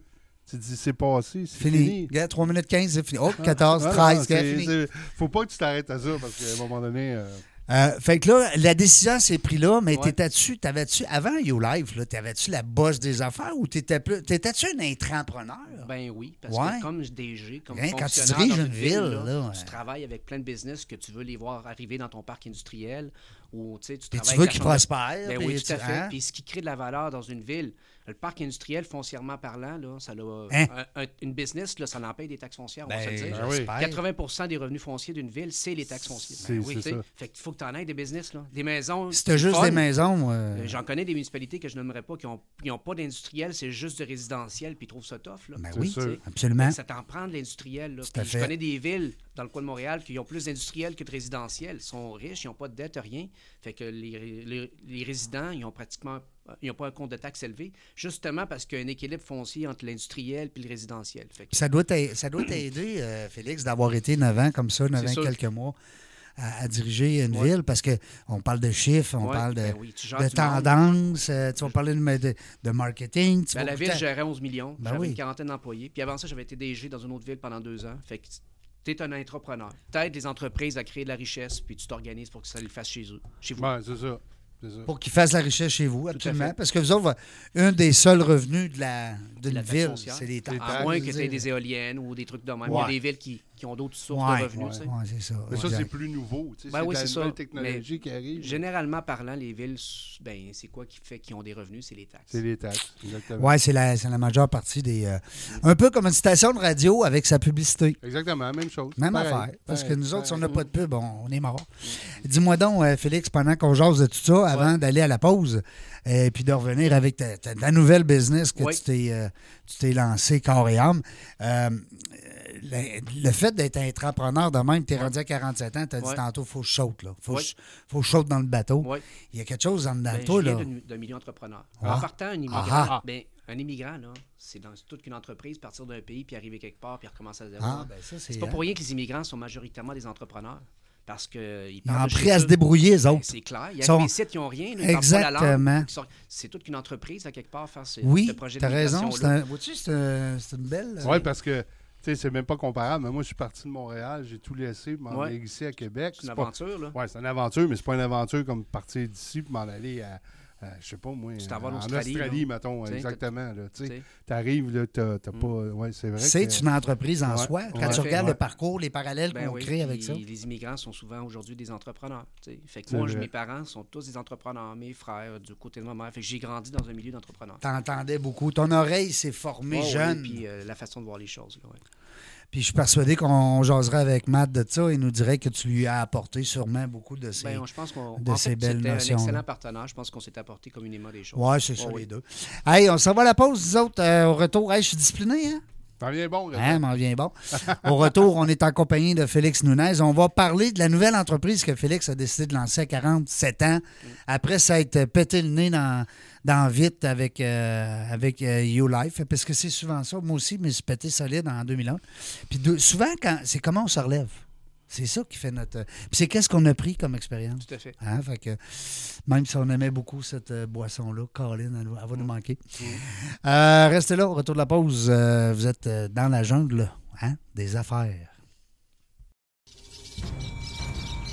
tu te dis c'est passé, c'est
Fini.
fini.
Regarde, 3 minutes 15, c'est fini. Oh, 14,
Ah, non,
13,
c'est-
regarde, fini.
c'est- Faut pas que tu t'arrêtes à ça parce qu'à un moment donné. euh,
Euh, fait que là, la décision s'est prise là, mais
Ouais.
t'étais-tu, t'avais-tu, avant You Live, là, t'avais-tu la bosse des affaires ou t'étais plus, t'étais-tu un intrapreneur?
Ben oui, parce
Ouais.
que comme DG, comme
Hein, quand tu
fonctionnaire
diriges
dans
une ville, là, ouais.
tu travailles avec plein de business que tu veux les voir arriver dans ton parc industriel ou tu sais, tu
Puis
travailles
tu veux
avec la
qu'ils
chambre de-
prospèrent.
Ben
puis
oui, tout à
tu-
fait.
hein?
Puis ce qui crée de la valeur dans une ville, le parc industriel, foncièrement parlant, là, ça l'a-
Hein?
un- un- une business, là, ça en paye des taxes foncières, on va se le
Ben,
dire.
Ah oui.
j'espère.
80 des revenus fonciers d'une ville, c'est les taxes foncières. Ben
C'est- c'est
tu sais.
ça.
Fait qu'il faut que tu en aies des business, là. des maisons.
C'était juste
fun.
des maisons. euh,
Euh, J'en connais des municipalités que je nommerai pas qui n'ont pas d'industriel, c'est juste du résidentiel, puis ils trouvent ça tough. Là.
ben
c'est
oui,
sûr.
absolument.
Ça t'en prend de l'industriel. là.
à
Puis Je
fait.
connais des villes dans le coin de Montréal qui ont plus d'industriel que de résidentiel. Ils sont riches, ils n'ont pas de dette, rien. Fait que les, ré- les- les résidents, ils ont pratiquement ils n'ont pas un compte de taxes élevé, justement parce qu'il y a un équilibre foncier entre l'industriel et le résidentiel. Fait que-
Puis ça doit t'a- ça doit t'aider, euh, Félix, d'avoir été 9 ans comme ça, 9
C'est
ans et
sûr.
quelques mois, à, à diriger une
Ouais.
ville parce que on parle de chiffres, on
Ouais,
parle de,
ben oui, tu gères
de
du monde.
tendances, euh, tu vas parler de, de- de marketing. Tu
Ben,
vas
la ville
goûter à-
gérait 11 millions.
Ben
J'avais
oui.
une quarantaine d'employés. Puis avant ça, j'avais été DG dans une autre ville pendant deux ans. Fait que tu es un entrepreneur. T'aides les entreprises à créer de la richesse, puis tu t'organises pour que ça les fasse chez eux. Chez vous.
Ouais, c'est ça. C'est ça.
Pour qu'ils fassent la richesse chez vous, absolument.
fait.
Parce que vous autres, un des seuls revenus de la, de
la
la
taxe
ville,
foncière.
c'est les taxes.
Les
à
taxes,
moins
je
que
veux
tu aies
dire.
des éoliennes ou des trucs de même. Il y
Ouais.
a des villes qui, qui ont d'autres sources
Ouais,
de revenus. tu sais.
ouais, ouais, c'est ça.
Mais ça,
Ouais.
c'est plus nouveau. tu sais,
Ben
c'est
oui,
de la
c'est ça.
nouvelle technologie qui arrive.
Généralement parlant, les villes, ben, c'est quoi qui fait qu'ils ont des revenus? C'est les taxes.
C'est les taxes, exactement.
Ouais, c'est la, c'est la majeure partie des. euh, un peu comme une station de radio avec sa publicité.
Exactement, même chose.
Même
Pareil,
affaire. parce que
pareil,
nous autres, si on
pareil.
n'a pas de pub, on, on est mort. Dis-moi donc, euh, Félix, pendant qu'on jase de tout ça, avant d'aller à la pause, et puis de revenir avec ta, ta- ta nouvelle business que
Oui.
tu t'es, euh, tu t'es lancé corps et âme, euh, le, le fait d'être entrepreneur de même, tu es rendu à 47 ans, tu as dit
Ouais.
tantôt, faut que je saute, là. Faut, que
Ouais.
je- faut que je saute dans le bateau.
Ouais.
Il y a quelque chose dans le
Ben,
bateau,
je viens
là.
d'un- d'un milieu entrepreneur.
Ah.
En partant, un immigrant,
Ah.
ben, un immigrant, là, c'est dans toute une entreprise, partir d'un pays, puis arriver quelque part, puis recommencer à zéro.
Ah, ben ça, c'est.
C'est pas
hein.
pour rien que les immigrants sont majoritairement des entrepreneurs. Parce qu'ils
Ils
parlent
ont
de chez
appris à
eux.
se débrouiller, les
Ben,
autres.
C'est clair. Il y a
Sont-
des sites qui n'ont rien. là, ils parlent pas la langue,
Exactement.
ils sortent- C'est toute une entreprise, à quelque part, faire ce,
Oui,
ce projet de
t'as raison. C'est
migration-là.
un- vois-tu, c'est un- c'est une belle.
Oui, parce que, tu sais, c'est même pas comparable. Mais moi, je suis parti de Montréal, j'ai tout laissé, puis m'en
Ouais.
aller ici à Québec.
C'est une
pas-
aventure, là.
Ouais, c'est une aventure, mais c'est pas une aventure comme partir d'ici, puis m'en aller à, à euh, je sais pas moi,
Tu t'en vas en Australie,
Australie,
là.
mettons,
Tu sais,
exactement. là, Tu
tu sais.
arrives, là, t'as t'as
Mm.
pas... Ouais, c'est vrai
C'est
que-
une entreprise en
Ouais,
soi. Quand
ouais,
tu regardes
ouais.
le parcours, les parallèles
Ben
qu'on
oui,
crée avec
puis
ça.
Les immigrants sont souvent aujourd'hui des entrepreneurs. tu sais. Fait que
C'est
moi,
vrai.
je- mes parents sont tous des entrepreneurs, mes frères du côté de ma mère. Fait que j'ai grandi dans un milieu d'entrepreneurs.
T'entendais beaucoup. Ton oreille s'est formée
Ouais, ouais,
jeune. puis...
puis euh, la façon de voir les choses. là, ouais.
je suis persuadé qu'on jaserait avec Matt de ça. Il nous dirait que tu lui as apporté sûrement beaucoup de ces.
Ben, je pense qu'on
de
en
ces
fait,
belles
c'était un
notions-là.
excellent partenaire. Je pense qu'on s'est apporté communément des choses.
ouais, c'est ça,
Ouais, oui.
les deux. Hey, on s'en va à la pause, nous autres. Euh, au retour, Hey, je suis discipliné, hein?
T'en viens bon, là.
Hein, m'en vient bon. Au retour, on est en compagnie de Félix Nunez. On va parler de la nouvelle entreprise que Félix a décidé de lancer à 47 ans. Après, ça a été pété le nez dans, dans vite avec, euh, avec euh, YouLife, parce que c'est souvent ça. Moi aussi, je me suis pété solide en 2001. Puis de- souvent, quand, c'est comment on se relève. C'est ça qui fait notre... Puis c'est qu'est-ce qu'on a pris comme expérience.
Tout à fait.
Hein, fait que, même si on aimait beaucoup cette euh, boisson-là, Colin, elle, va- elle va nous manquer. Euh, restez là, au retour de la pause. euh, vous êtes euh, dans la jungle hein, des affaires.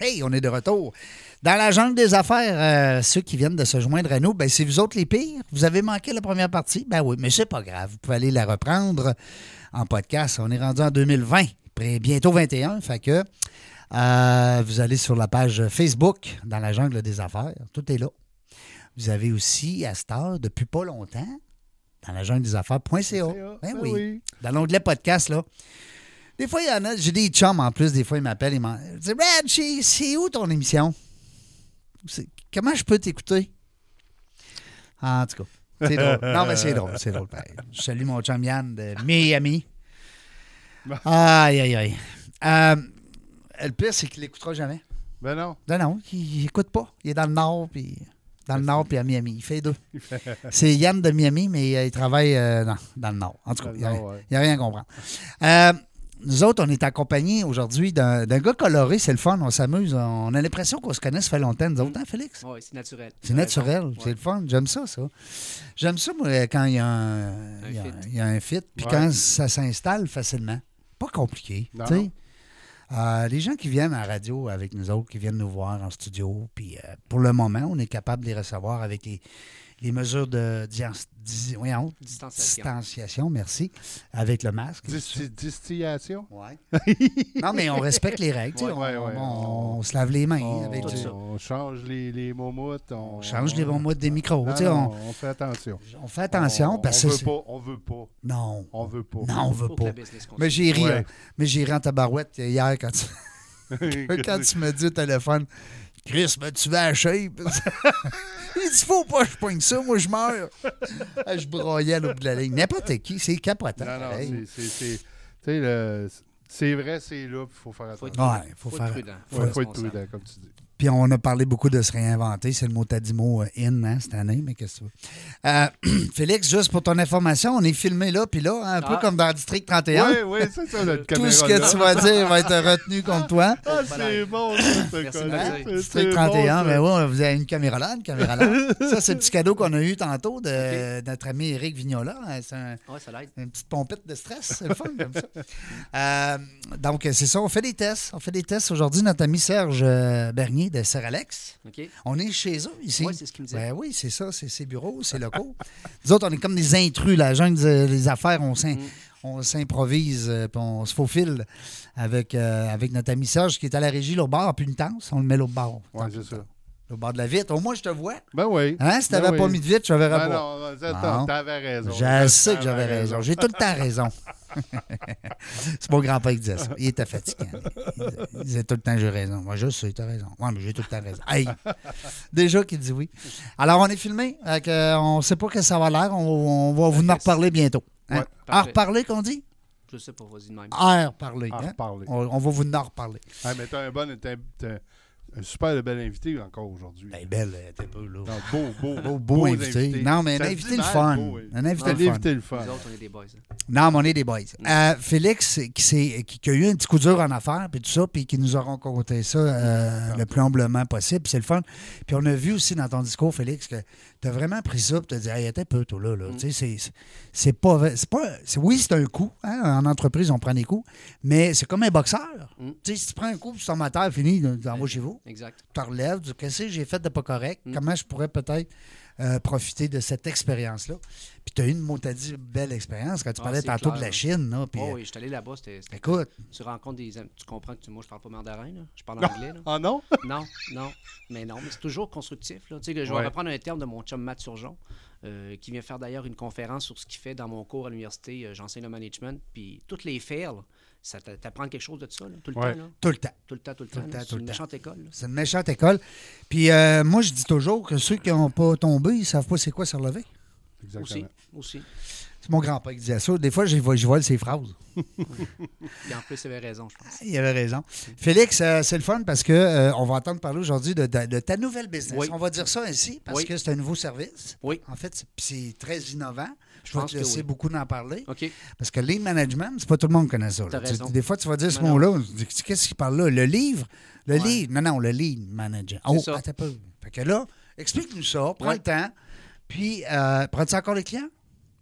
Hey, on est de retour. Dans la jungle des affaires, euh, ceux qui viennent de se joindre à nous, ben, c'est vous autres les pires. Vous avez manqué la première partie? Ben oui, mais c'est pas grave. Vous pouvez aller la reprendre en podcast. On est rendu en 2020, près- bientôt 21. Fait que euh, vous allez sur la page Facebook dans la jungle des affaires. Tout est là. Vous avez aussi, à cette heure, depuis pas longtemps, dans la jungle des affaires.ca.
Ben
Ben
oui.
oui dans l'onglet podcast, là. Des fois, il y en a, j'ai des chums en plus, des fois, ils m'appellent, ils m'en ils disent Brad, c'est- c'est où ton émission C'est- Comment je peux t'écouter En tout cas, c'est drôle. Non, mais c'est drôle, c'est drôle. pareil. Je salue mon chum Yann de Miami. Aïe, aïe, aïe. Euh, le pire, c'est qu'il l'écoutera jamais.
Ben non.
Non, non, il n'écoute pas. Il est dans le Nord, puis dans le Nord, puis à Miami. Il
[LAUGHS]
fait deux. C'est Yann de Miami, mais euh, il travaille euh, dans, dans le Nord. En tout cas,
Dans le
il n'y a,
Nord, ouais.
il y a rien à comprendre. Euh, nous autres, on est accompagnés aujourd'hui d'un d'un gars coloré. C'est le fun, on s'amuse. On a l'impression qu'on se connaît, ça fait longtemps, nous autres, hein, Félix?
Ouais, c'est naturel.
C'est
Ouais,
naturel,
ouais.
c'est le fun. J'aime ça, ça. J'aime ça, moi, quand il y a un, il y a-
fit.
il y a un fit, puis
Ouais.
quand ça s'installe facilement. Pas compliqué,
Non.
tu sais. Euh, les gens qui viennent à la radio avec nous autres, qui viennent nous voir en studio, puis euh, pour le moment, on est capable de les recevoir avec les, les mesures de dian- dis- voyons,
Distanciation.
distanciation, merci, avec le masque.
Dis- Distillation? [LAUGHS]
Ouais. non, mais on respecte les règles. tu sais,
Ouais, ouais,
on,
ouais. Oh,
on- on se lave les mains. avec
tout
du-
ça.
on change les, les momoutes. On,
on change les bons mots des micros.
Non,
tu sais,
Ah, non,
on,
on fait attention.
on fait attention
on,
parce
on
que.
veut
c'est-
pas, on veut pas,
Non.
on veut pas.
Non, on veut
Faut que
pas.
la business continue.
Mais j'ai ri.
Ouais.
hein. Mais j'ai ri en tabarouette hier quand
[LAUGHS]
tu, [LAUGHS] quand
Qu'est-ce
tu me dis au téléphone Chris, ben tu vas acheter. [LAUGHS] Il dit Faut pas que je pogne ça, moi je meurs. [LAUGHS] Ah, je broyais à l'autre bout de la ligne. N'importe qui, c'est capotant.
que- non, non,
pareil.
c'est- c'est- c'est... tu sais, le- C'est vrai, c'est là, puis il faut faire attention.
Faut être-
Ouais, faut,
Faut être
faire.
prudent.
Il faut être
responsable.
prudent, comme tu dis.
Puis on a parlé beaucoup de se réinventer. C'est le mot Tadimo euh, in hein, cette année, mais qu'est-ce que tu veux. Euh, [CLEARS THROAT] Félix, juste pour ton information, on est filmé là, puis là, hein, un peu
Ah.
comme dans District 31.
Oui, oui, c'est ça, notre caméra
Tout ce que tu vas dire va être retenu contre toi.
Ah, c'est bon, ça, ce
Merci de
concept.
le
[LAUGHS]
dire.
C'est-
District
c'est
31,
bon,
mais
ça.
oui, vous avez une caméra là, une caméra
[LAUGHS]
là. Ça, c'est le petit cadeau qu'on a eu tantôt de notre ami Eric Vignola. hein, C'est un-
Ouais, ça l'aide.
une petite pompette de stress, c'est le fun comme
[LAUGHS]
ça. Euh, donc, c'est ça, on fait des tests. On fait des tests aujourd'hui. Notre ami Serge euh, Bernier de Seralex,
OK?
on est chez eux ici.
Ouais, c'est ce qu'il me disait.
Ben oui, c'est ça, c'est ses bureaux, c'est locaux. [LAUGHS] Nous autres, on est comme des intrus, la jungle des des affaires, on
Mm.
s'in- on s'improvise, euh, puis on se faufile avec, euh, avec notre ami Serge qui est à la régie, l'autre bord, en punitance, on le met l'autre bord.
Ouais, c'est ça.
au bord de la vitre. Au moins, je te vois.
Ben oui.
Hein? Si
Ben
t'avais
oui.
pas mis de vitre, je te verrais
Ben
pas.
non, vas-y, attends,
Bon.
t'avais raison.
Je sais que j'avais
T'avais
raison. J'ai tout le temps raison. [LAUGHS] C'est mon grand-père qui disait ça. Il était fatiguant. Il disait tout le temps j'ai raison. Moi, je sais, t'as raison. Oui, mais j'ai tout le temps raison. Hey! Déjà qu'il dit oui. Alors, on est filmé. Fait que, euh, on ne sait pas que ça va l'air. On, on va vous en reparler bientôt. Hein?
Ouais,
en
parfait.
reparler, qu'on dit?
Je sais pas, vas-y de même.
En
Ah,
reparler.
En
hein?
reparler.
On, on va vous en reparler.
Ah, mais t'es un bon, t'es un, t'es un- un super bel invité encore aujourd'hui.
Ben, belle, euh, t'es peu là.
Non, beau, beau,
Beau, beau invité. Non, mais un
Ça se
invité
dit
le
mal,
fun.
beau, oui.
Un invité
Un
le fun.
invité le fun.
Nous autres, on est des boys. hein.
Non, mais on est des boys. Euh, Félix, qui, s'est- qui- qui a eu un petit coup dur en affaires, puis tout ça, puis qui nous a raconté ça euh, le plus humblement possible, puis c'est le fun. Puis on a vu aussi dans ton discours, Félix, que tu as vraiment pris ça, puis tu as dit, hey, attends un peu, toi, là. là. Tu sais, c'est- c'est- c'est pas. vrai- c'est pas c'est- oui, c'est un coup. hein, En entreprise, on prend des coups, mais c'est comme un boxeur.
Mm.
Tu sais, si tu prends un coup, puis tu tombes à terre, fini, tu t'en vas chez vous
Exact.
te relèves, du qu'est-ce que j'ai fait de pas correct,
Mm.
comment je pourrais peut-être euh, profiter de cette expérience-là. Puis tu as eu une, mon- t'as dit, belle expérience quand tu
Ah,
parlais
c'est
tantôt de
clair.
la Chine. Là, puis,
Oh,
euh,
oui, je suis allé là-bas, c'était. c'était-
Écoute,
Tu rencontres des. am- Tu comprends que tu, moi, je parle pas mandarin, là. Je parle anglais, là.
Ah non?
Non, non, mais non, mais c'est toujours constructif. Là. Tu sais, que je vais
Ouais.
reprendre un terme de mon chum Matt Surgeon, euh, qui vient faire d'ailleurs une conférence sur ce qu'il fait dans mon cours à l'université, euh, j'enseigne le management, puis toutes les faire, là, ça t'a- t'apprends quelque chose de ça, là, tout le
Ouais.
temps, là.
tout le temps.
tout le temps, tout le
Tout
temps.
le temps,
là. C'est
tout le
une
temps.
méchante école. là.
C'est une méchante école. Puis euh, moi, je dis toujours que ceux qui n'ont pas tombé, ils ne savent pas c'est quoi se relever.
Aussi,
Exactement.
aussi. C'est
C'est mon grand-père qui disait ça. Des fois, j'y vois, j'y vois ses phrases. Ah,
Et en plus, il avait raison, je pense.
Il avait raison. Félix, euh, c'est le fun parce que euh, on va entendre parler aujourd'hui de, de- de ta nouvelle business.
Oui.
On va dire ça ainsi parce
Oui.
que c'est un nouveau service.
Oui.
En fait, c'est- puis c'est très innovant. Je,
pense
pense que
que
c'est
oui.
beaucoup d'en parler.
OK.
Parce que lean management, c'est pas tout le monde qui connaît ça. là.
T'as
Tu-
raison.
des fois, tu vas dire ce
Non,
mot-là, on se dit, qu'est-ce qu'il parle là? Le livre? Le
Ouais.
livre? Non, non, le lean manager. Oh,
ça.
attends un peu. Fait que là, explique-nous ça, prends
Ouais.
le temps. Puis, euh, prends-tu encore les clients?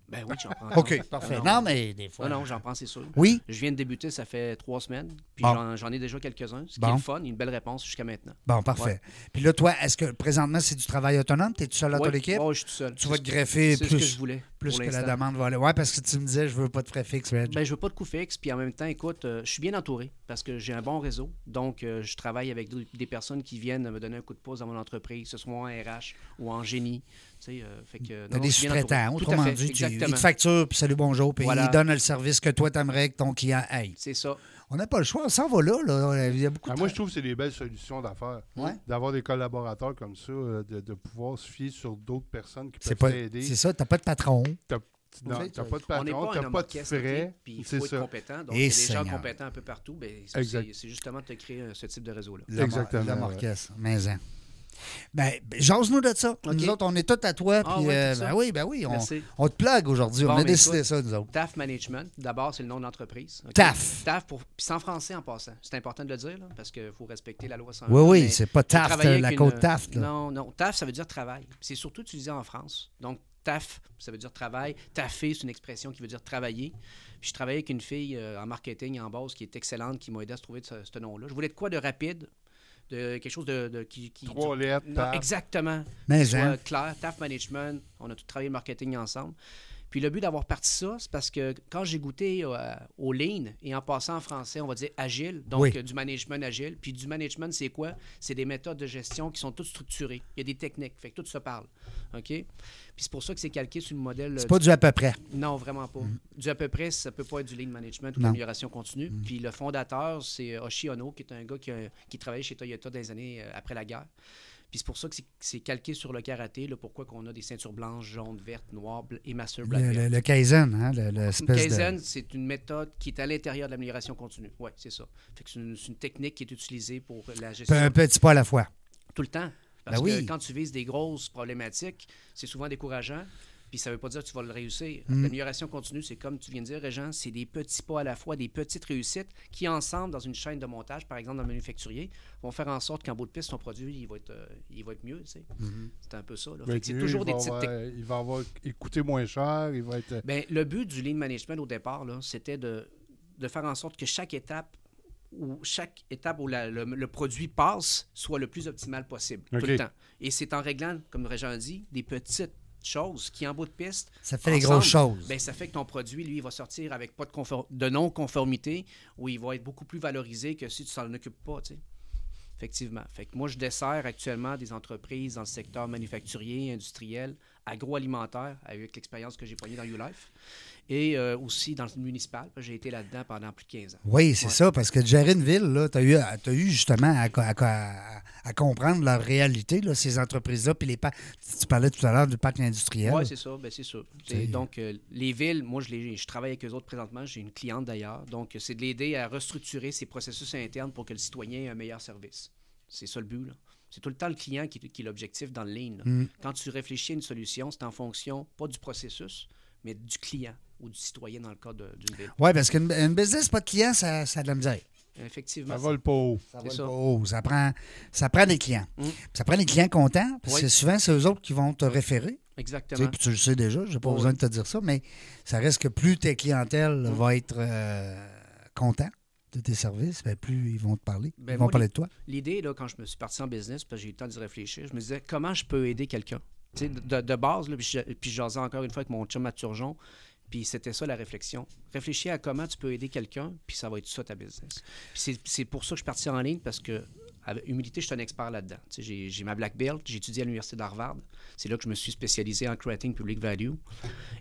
Ben oui, j'en prends.
OK,
Non,
parfait.
non,
Non, mais des fois.
Non, non, j'en prends, c'est sûr.
Oui?
Je viens de débuter, ça fait trois semaines, puis
Bon.
j'en- j'en ai déjà quelques-uns, ce qui
Bon.
est le fun, une belle réponse jusqu'à maintenant.
Bon, parfait.
Ouais.
Puis là, toi, est-ce que présentement, c'est du travail autonome? T'es-tu seul dans
Ouais,
ton équipe?
ouais, je suis tout seul.
Tu vas
C'est-
te greffer
c'est ce que je
plus,
voulais.
plus
pour
que la
l'instant.
demande va aller. Oui, parce que tu me disais, je veux pas de frais fixe, Reg.
Ben, je veux pas de coup fixe, puis en même temps, écoute, euh, je suis bien entouré parce que j'ai un bon réseau. Donc, euh, je travaille avec d- des personnes qui viennent me donner un coup de pouce dans mon entreprise, que ce soit en RH ou en génie. Tu sais, euh, fait que. non,
T'as
non,
des
je suis bien
sous-traitants.
entouré. Tout à
Autrement
fait,
dit, tu, ils
exactement.
te facturent, puis salut, bonjour, puis
Voilà.
ils donnent le service que toi, t'aimerais que ton client aille.
C'est ça.
On n'a pas le choix, on s'en va là. là. Il y a beaucoup
Ah,
de
moi, je trouve que c'est des belles solutions d'affaires.
Ouais.
D'avoir des collaborateurs comme ça, euh, de, de pouvoir se fier sur d'autres personnes qui
C'est
peuvent
pas-
t'aider.
c'est ça, t'as pas de patron.
T'as- Non,
Vous savez,
t'as
tu-
pas de
On n'est
patron,
pas un
t'as
homme
pas de
orchestre,
frais.
OK? puis il faut
C'est
être
ça.
compétent.
Et
Donc, il y a des gens
Seigneur.
compétents un peu partout. Ben, c'est-
Exact.
c'est c'est justement de te créer euh, ce type de réseau-là.
Exactement,
La
ouais.
Marquesse, mais hein. Ben, ben, jase-nous de ça. Nous autres, on est tous à toi.
Ah
puis,
ouais,
euh,
tout ça.
ben oui, ben oui, on,
Merci.
on te plague aujourd'hui.
Bon,
on a
ben,
décidé
écoute.
ça, nous autres.
TAF Management, d'abord, c'est le nom de l'entreprise. OK?
TAF.
TAF, pour... puis c'est en français en passant. C'est important de le dire, là, parce qu'il faut respecter la loi 101.
Oui, oui,
mais
c'est pas
faut
TAF,
travailler
la
avec
côte
une- euh,
TAF. là.
Non, non. TAF, ça veut dire travail. C'est surtout utilisé en France. Donc, TAF, ça veut dire travail. TAFé, c'est une expression qui veut dire travailler. Puis, je travaillais avec une fille euh, en marketing, en base, qui est excellente, qui m'a aidé à se trouver de ce, ce nom-là. Je voulais de quoi de rapide, de quelque chose de, de- qui, qui-
Trois lettres,
Non,
taf.
exactement.
Mais,
Soit
hein.
clair, TAF Management, on a tout travaillé le marketing ensemble. Puis le but d'avoir parti ça, c'est parce que quand j'ai goûté euh, au Lean, et en passant en français, on va dire agile, donc
Oui.
euh, du management agile. Puis du management, c'est quoi? C'est des méthodes de gestion qui sont toutes structurées. Il y a des techniques, fait que tout se parle. OK? Puis c'est pour ça que c'est calqué sur le modèle. euh,
C'est pas du à peu près.
non, vraiment pas. Du à peu près, ça peut pas être du lean management ou de
Mm. Non. Mm.
l'amélioration continue. Puis le fondateur, c'est Hoshi Ono, qui est un gars qui, a- qui travaillait chez Toyota des années euh, après la guerre. Puis c'est pour ça que c'est- c'est calqué sur le karaté, là, pourquoi qu'on a des ceintures blanches, jaunes, vertes, noires bl- et master black
Le,
belt.
le, le Kaizen, hein, le- l'espèce
Une Kaizen,
de...
c'est une méthode qui est à l'intérieur de l'amélioration continue. Oui, c'est ça. Fait que c'est une, c'est une technique qui est utilisée pour la gestion
Un petit pas à la fois.
tout le temps. Parce
Ben oui.
que quand tu vises des grosses problématiques, c'est souvent décourageant. Puis ça ne veut pas dire que tu vas le réussir.
Mm.
L'amélioration continue, c'est comme tu viens de dire, Régent, c'est des petits pas à la fois, des petites réussites qui, ensemble, dans une chaîne de montage, par exemple, dans le manufacturier, vont faire en sorte qu'en bout de piste, son produit, il va être, euh, il va être mieux. tu sais.
Mm-hmm.
C'est un peu ça. là.
Il va
Fait
être
que C'est
mieux,
toujours
il
des
va
petites
Ben avoir-
techniques.
Il va avoir coûté moins cher, il va être...
Ben, le but du lean management au départ, là, c'était de, de faire en sorte que chaque étape où, chaque étape où la- le, le produit passe soit le plus optimal possible, tout le
OK.
temps. Et c'est en réglant, comme Régent a dit, des petites choses qui, en bout de piste,
Ça fait les grosses choses.
ben, ça fait que ton produit, lui, il va sortir avec pas de, confor- de non-conformité ou il va être beaucoup plus valorisé que si tu t'en occupes pas. tu sais. Effectivement. Fait que moi, je desserre actuellement des entreprises dans le secteur manufacturier, industriel, agroalimentaire, avec l'expérience que j'ai poignée dans ULife, et euh, aussi dans le municipal. J'ai été là-dedans pendant plus de 15 ans.
Oui, c'est
Ouais.
ça, parce que de gérer une ville, tu as, eu justement à, co- à co- à- à comprendre leur réalité, là, ces entreprises-là. Puis les pa- tu parlais tout à l'heure du parc industriel.
Oui, c'est ça, ben c'est ça. C'est-
C'est-
donc, euh, les villes, moi, je, les- je travaille avec eux autres présentement. J'ai une cliente d'ailleurs. Donc, euh, c'est de l'aider à restructurer ses processus internes pour que le citoyen ait un meilleur service. C'est ça le but. là. C'est tout le temps le client qui, qui est l'objectif dans le ligne. là.
Mm.
Quand tu réfléchis à une solution, c'est en fonction, pas du processus, mais du client ou du citoyen dans le cas de- d'une ville.
Oui, parce qu'une une business, pas de clients, ça, ça a de la misère.
Effectivement.
Ça vole pas haut.
Ça,
C'est
vole
ça.
pas haut. ça, prend, ça prend des clients.
Mm.
Puis Ça prend des clients contents, parce
Oui.
que souvent, c'est eux autres qui vont te référer. Tu, sais,
Exactement.
puis tu le sais déjà, je n'ai pas
Oui. Mmh.
besoin de te dire ça, mais ça reste que plus ta clientèle va être euh, content de tes services, ben, plus ils vont te parler.
Ben,
ils vont
moi,
parler de toi.
L'idée, là, quand je me suis parti en business, parce que j'ai eu le temps d'y réfléchir, je me disais, comment je peux aider quelqu'un? Tu sais, De, de base, là, puis je, puis je jasais encore une fois avec mon chum à Turgeon, puis c'était ça la réflexion. Réfléchis à comment tu peux aider quelqu'un, puis ça va être ça ta business. Puis c'est- c'est pour ça que je suis parti en ligne, parce que, avec humilité, je suis un expert là-dedans. Tu sais, J'ai j'ai ma black belt, j'ai étudié à l'Université d'Harvard. C'est là que je me suis spécialisé en creating public value.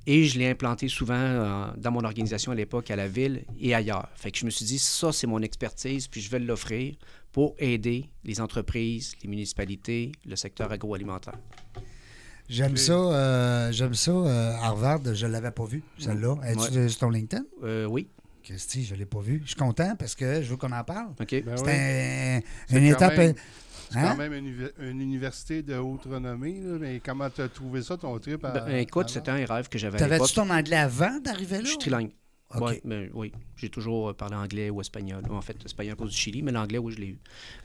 Et je l'ai implanté souvent euh, dans mon organisation à l'époque, à la ville et ailleurs. Fait que je me suis dit, ça, c'est mon expertise, puis je vais l'offrir pour aider les entreprises, les municipalités, le secteur agroalimentaire.
J'aime ça, euh, j'aime ça. euh, Harvard, je ne l'avais pas vu, celle-là. Est-ce
Ouais.
sur ton LinkedIn?
Euh, oui,
Christy, je ne l'ai pas vu. Je suis content parce que je veux qu'on en parle.
OK.
Ben
C'est
oui.
un-
C'est
une
quand
étape.
même- C'est
hein?
quand même une, uvi- une université de haute renommée, là, mais comment t'as trouvé ça, ton trip? à-
Ben, écoute,
à-
c'était un rêve que j'avais à
euh, T'avais-tu
l'époque.
ton anglais avant d'arriver là?
Je suis trilingue.
OK.
Ouais, ben, oui, j'ai toujours euh, parlé anglais ou espagnol. En fait, espagnol à cause du Chili, mais l'anglais, oui, je l'ai eu.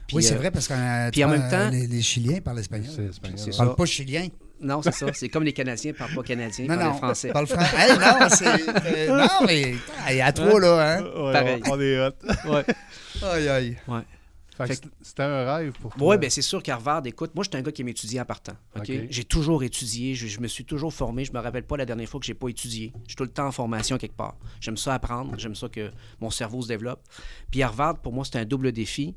Puis,
oui, c'est
euh,
vrai, parce que euh,
puis en même temps-
les, les Chiliens parlent espagnol.
C'est espagnol.
C'est
Ils ne
ouais.
ça.
parlent pas chilien.
Non, c'est ça. C'est comme les Canadiens parlent pas canadien, ils
non,
parlent
non.
français.
Ils parlent français. Hey, non, c'est- euh, non,
[LAUGHS]
mais il y a trois, là. Hein?
Ouais,
Pareil.
On, on est hot.
[LAUGHS] Ouais.
Aïe, aïe.
Ouais.
Fait que
Fait
c'est- C'était un rêve pour toi.
Oui, bien ben, c'est sûr qu'Harvard, écoute, moi, j'étais un gars qui aime étudier en partant. OK?
OK.
J'ai toujours étudié, je, je me suis toujours formé. Je me rappelle pas la dernière fois que j'ai pas étudié. Je suis tout le temps en formation quelque part. J'aime ça apprendre, j'aime ça que mon cerveau se développe. Puis Harvard, pour moi, c'était un double défi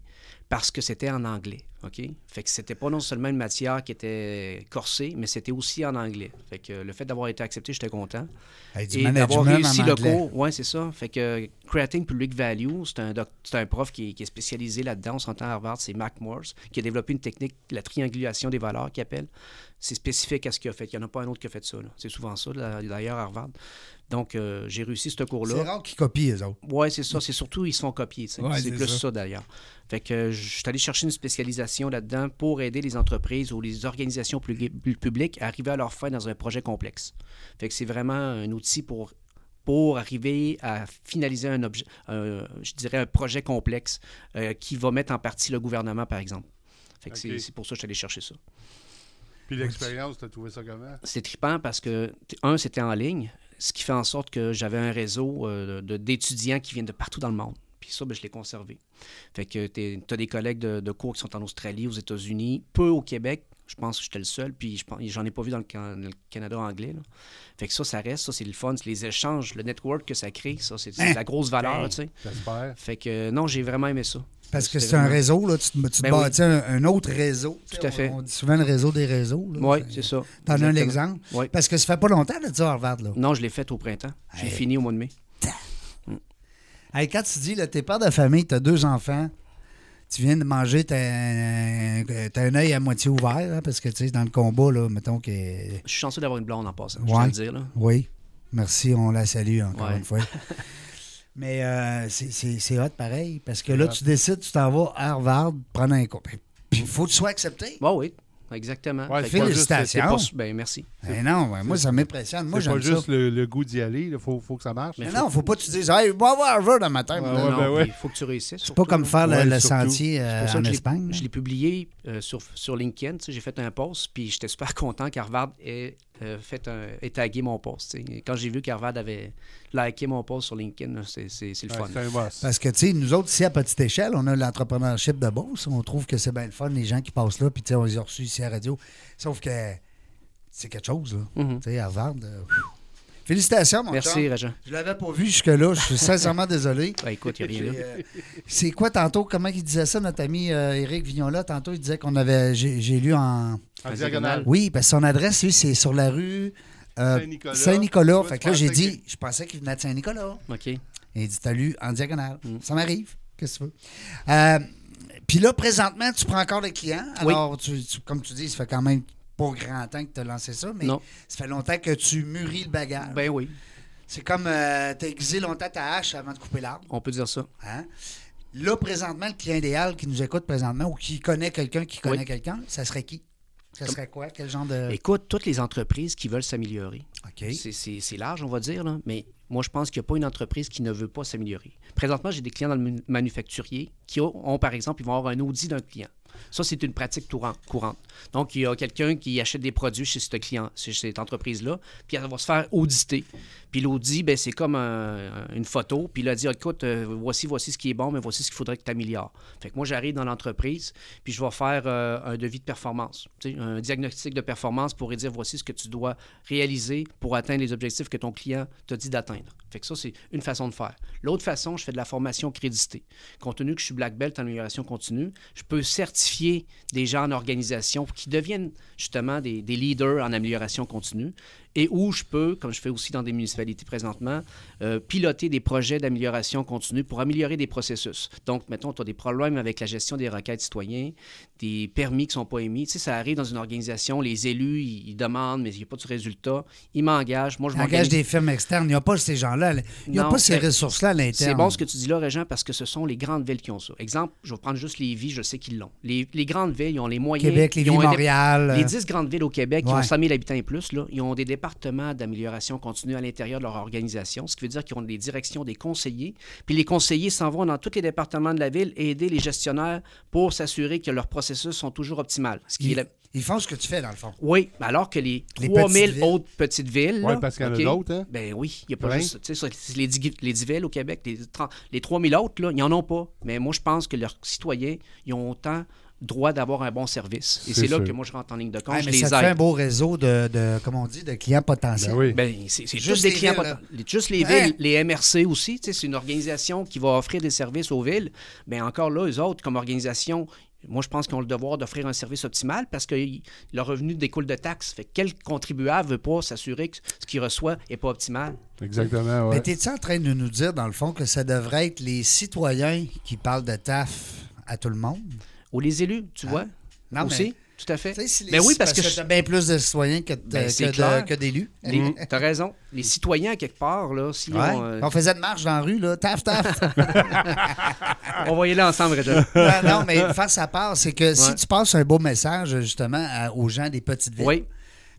parce que c'était en anglais. OK? Fait que c'était pas non seulement une matière qui était corsée, mais c'était aussi en anglais. Fait que le fait d'avoir été accepté, j'étais content.
Hey, du
Et
management
d'avoir réussi
en
le
anglais.
cours, oui, c'est ça. Fait que Creating Public Value, c'est un, doc- c'est un prof qui est, qui est spécialisé là-dedans. On s'entend à Harvard, c'est Mac Morse, qui a développé une technique, la triangulation des valeurs qu'il appelle. C'est spécifique à ce qu'il a fait. Il n'y en a pas un autre qui a fait ça. là. C'est souvent ça, là, d'ailleurs, à Harvard. Donc, euh, j'ai réussi ce
C'est
cours-là.
rare qu'ils copient, eux autres.
Oui, c'est ça. C'est surtout, ils se font copier. tu sais.
Ouais,
c'est
c'est
plus
ça.
ça, d'ailleurs. Fait que euh, je suis allé chercher une spécialisation là-dedans pour aider les entreprises ou les organisations plu- plu- publiques à arriver à leur fin dans un projet complexe. Fait que c'est vraiment un outil pour, pour arriver à finaliser un objet, un- je dirais un projet complexe euh, qui va mettre en partie le gouvernement, par exemple. Fait que c'est-
Ok.
c'est pour ça que je suis allé chercher ça.
Puis l'expérience, t'as trouvé ça comment?
C'est trippant parce que, t- un, c'était en ligne, ce qui fait en sorte que j'avais un réseau euh, de- d'étudiants qui viennent de partout dans le monde. Puis ça, ben, je l'ai conservé. Fait que tu as des collègues de, de cours qui sont en Australie, aux États-Unis, peu au Québec. Je pense que j'étais le seul, puis je pense- j'en ai pas vu dans le, can- le Canada anglais. là. Fait que ça, ça reste, ça, c'est le fun, c'est les échanges, le network que ça crée, ça, c'est c'est de
Hein?
la grosse valeur, tu sais.
J'espère.
Fait que euh, non, j'ai vraiment aimé ça.
Ben. Parce que
C'était
c'est un
vraiment-
réseau, là. Tu te, tu te
Ben
bâtis un, un autre réseau.
Tout
Tu sais,
à fait.
On, on dit souvent le réseau des réseaux. là.
Oui,
Fait-
c'est ça.
T'en as un
Exactement.
exemple?
Ouais. Mm.
Parce que ça fait pas longtemps, là, tu à Harvard, là.
Non, je l'ai fait au printemps. J'ai
Hey.
fini au mois de mai.
Hey, quand tu dis, là, t'es père de famille, t'as deux enfants, tu viens de manger, t'as un, t'as un œil à moitié ouvert, là, parce que, tu sais, dans le combat, là, mettons que...
Je suis chanceux d'avoir une blonde en passant, je
Ouais.
dois le dire. Là.
Oui, merci, on la salue encore
Ouais.
une
[LAUGHS]
fois. Mais euh, c'est- c'est c'est hot pareil, parce que là, tu décides, tu t'en vas à Harvard prendre un cours. Puis il faut que tu sois accepté.
Bon, oui, exactement.
Ouais,
Fait
c'est pas
que-
juste-
c'est
Félicitations.
pas su- ben, merci.
Eh non, ben, moi, ça m'impressionne. Moi,
C'est pas
j'aime ça.
juste le, le goût d'y aller, il faut, faut que ça marche.
Mais non, faut pas que tu dises, hey, va voir Harvard dans ma tête.
Ouais,
là.
ouais,
Non.
non,
ben
Il faut que tu réussisses.
C'est pas comme faire le-
Ouais,
le,
surtout.
sentier euh,
pour ça
en
que je l'ai-
Espagne.
Je l'ai publié euh, sur, sur LinkedIn. tu sais, J'ai fait un post, puis j'étais super [LAUGHS] content qu'Harvard ait, euh, fait un, ait tagué mon post. tu sais. Quand j'ai vu qu'Harvard avait liké mon post sur LinkedIn, là, c'est c'est- c'est le
Ouais,
fun.
c'est un boss.
Parce que, tu sais, nous autres, ici, à petite échelle, on a l'entrepreneurship de Beauce. On trouve que c'est bien le fun, les gens qui passent là, puis, tu sais, on les a reçus ici à la radio. Sauf que c'est quelque chose, là.
Mhm.
Tu sais, Harvard, euh, pff, Félicitations, mon
Merci,
chum.
Rajan.
Je l'avais pas vu jusque-là. Je suis sincèrement désolé.
Ben, écoute, il n'y a
[LAUGHS]
rien
J'ai,
là.
euh, C'est quoi tantôt? Comment il disait ça, notre ami euh, Éric Vignola? Tantôt, il disait qu'on avait. J'ai j'ai lu en.
En
En
diagonale.
diagonale.
Oui, parce que son adresse, lui, c'est sur la rue euh,
Saint-Nicolas.
Saint-Nicolas.
Toi,
fait
tu
que là, j'ai
pensais
dit, je pensais qu'il venait de Saint-Nicolas.
OK.
euh,
Et il dit, t'as lu en diagonale.
Mm.
Ça m'arrive. Qu'est-ce que tu veux? Euh, Puis là, présentement, tu prends encore des clients.
Oui.
Alors, tu- tu- comme tu dis, ça fait quand même pas grand temps que tu as lancé ça, mais
Non.
ça fait longtemps que tu mûris le bagage.
Ben oui,
C'est comme euh, t'as aiguisé longtemps ta hache avant de couper l'arbre.
on peut dire ça.
hein. Là, présentement, le client idéal qui nous écoute présentement ou qui connaît quelqu'un qui connaît
Oui.
quelqu'un, ça serait qui? Ça serait quoi? Quel genre de.
Écoute, toutes les entreprises qui veulent s'améliorer,
OK.
c'est- c'est c'est large, on va dire, là, mais moi, je pense qu'il n'y a pas une entreprise qui ne veut pas s'améliorer. Présentement, j'ai des clients dans le manu- manufacturier qui ont, ont, par exemple, ils vont avoir un audit d'un client. Ça, c'est une pratique touran- courante. Donc, il y a quelqu'un qui achète des produits chez ce client, chez cette entreprise-là, puis elle va se faire auditer. Puis l'audit, ben, c'est comme un- une photo, puis il a dit, écoute, euh, voici, voici ce qui est bon, mais voici ce qu'il faudrait que tu améliores. Fait que moi, j'arrive dans l'entreprise, puis je vais faire euh, un devis de performance, tu sais, un diagnostic de performance pour dire voici ce que tu dois réaliser pour atteindre les objectifs que ton client t'a dit d'atteindre. Fait que ça, c'est une façon de faire. L'autre façon, je fais de la formation créditée. Compte tenu que je suis Black Belt en amélioration continue, je peux certifier des gens en organisation qui deviennent justement des, des leaders en amélioration continue et où je peux, comme je fais aussi dans des municipalités présentement, euh, piloter des projets d'amélioration continue pour améliorer des processus. Donc, mettons, tu as des problèmes avec la gestion des requêtes citoyens, des permis qui sont pas émis. Tu sais, ça arrive dans une organisation, les élus, ils, ils demandent, mais il n'y a pas de résultat. Ils m'engagent. Moi, je
Engage
m'engage.
des firmes externes. Il n'y a pas ces gens-là. à l- Il n'y a
Non,
pas ces
c'est-
ressources-là à l'interne.
C'est bon ce que tu dis là, Régent, parce que ce sont les grandes villes qui ont ça. Exemple, je vais prendre juste les villes, je sais qu'ils l'ont. Les, les grandes villes, ils ont les moyens.
Québec,
ils
Lévis,
ont un dé-
Montréal.
Les
euh,
10 grandes villes au Québec qui
Ouais.
ont 100 000 habitants et plus, là, ils ont des départements d'amélioration continue à l'intérieur de leur organisation, ce qui veut dire qu'ils ont des directions, des conseillers. Puis les conseillers s'en vont dans tous les départements de la ville et aider les gestionnaires pour s'assurer que leurs processus sont toujours optimales. Ce qui est la-
ils, ils font ce que tu fais, dans le fond.
Oui, mais alors que les,
Les
3000
petites villes.
autres petites villes.
Ouais,
là,
parce qu'il y en a
OK,
d'autres, hein?
Ben oui, il n'y a pas
Ouais.
juste. Tu sais, ça, les 10, les 10 villes au Québec, les, 30 les 3000 autres, là, ils n'en ont pas. Mais moi, je pense que leurs citoyens, ils ont autant droit d'avoir un bon service. Et
C'est
c'est là
sûr.
que moi, je rentre en ligne de compte.
Ouais,
je
mais
les
ça te
aide.
fait un beau réseau de, de- comment on dit, de clients potentiels.
Ben oui.
Ben, c'est c'est
Juste
juste des
les
clients.
villes,
poten-
là.
les- Juste les
Hein?
villes, les MRC aussi. tu sais, C'est une organisation qui va offrir des services aux villes. Mais encore là, eux autres, comme organisation, moi, je pense qu'ils ont le devoir d'offrir un service optimal parce que ils- leur revenu découle de taxes. Fait que quel contribuable veut pas s'assurer que ce qu'il reçoit n'est pas optimal?
Exactement, ouais.
Mais t'es-tu en train de nous dire, dans le fond, que ça devrait être les citoyens qui parlent de taf à tout le monde?
Ou les élus, tu vois?
Ah. Non,
aussi,
mais-
tout à fait.
Tu sais, si les-
Mais Ben oui, parce que
t'as bien plus de citoyens que, de-
Ben, c'est
que de-
clair.
que d'élus.
[LAUGHS] Les- T'as raison. Les citoyens, quelque part, là, si
Ouais.
on, euh,
On faisait de marche dans la rue, là. Taf,
[LAUGHS]
taf.
on va y aller ensemble,
[LAUGHS]
Réjean.
non, non, mais faire sa part, c'est que si tu passes un beau message, justement, à- aux gens des petites villes,
oui,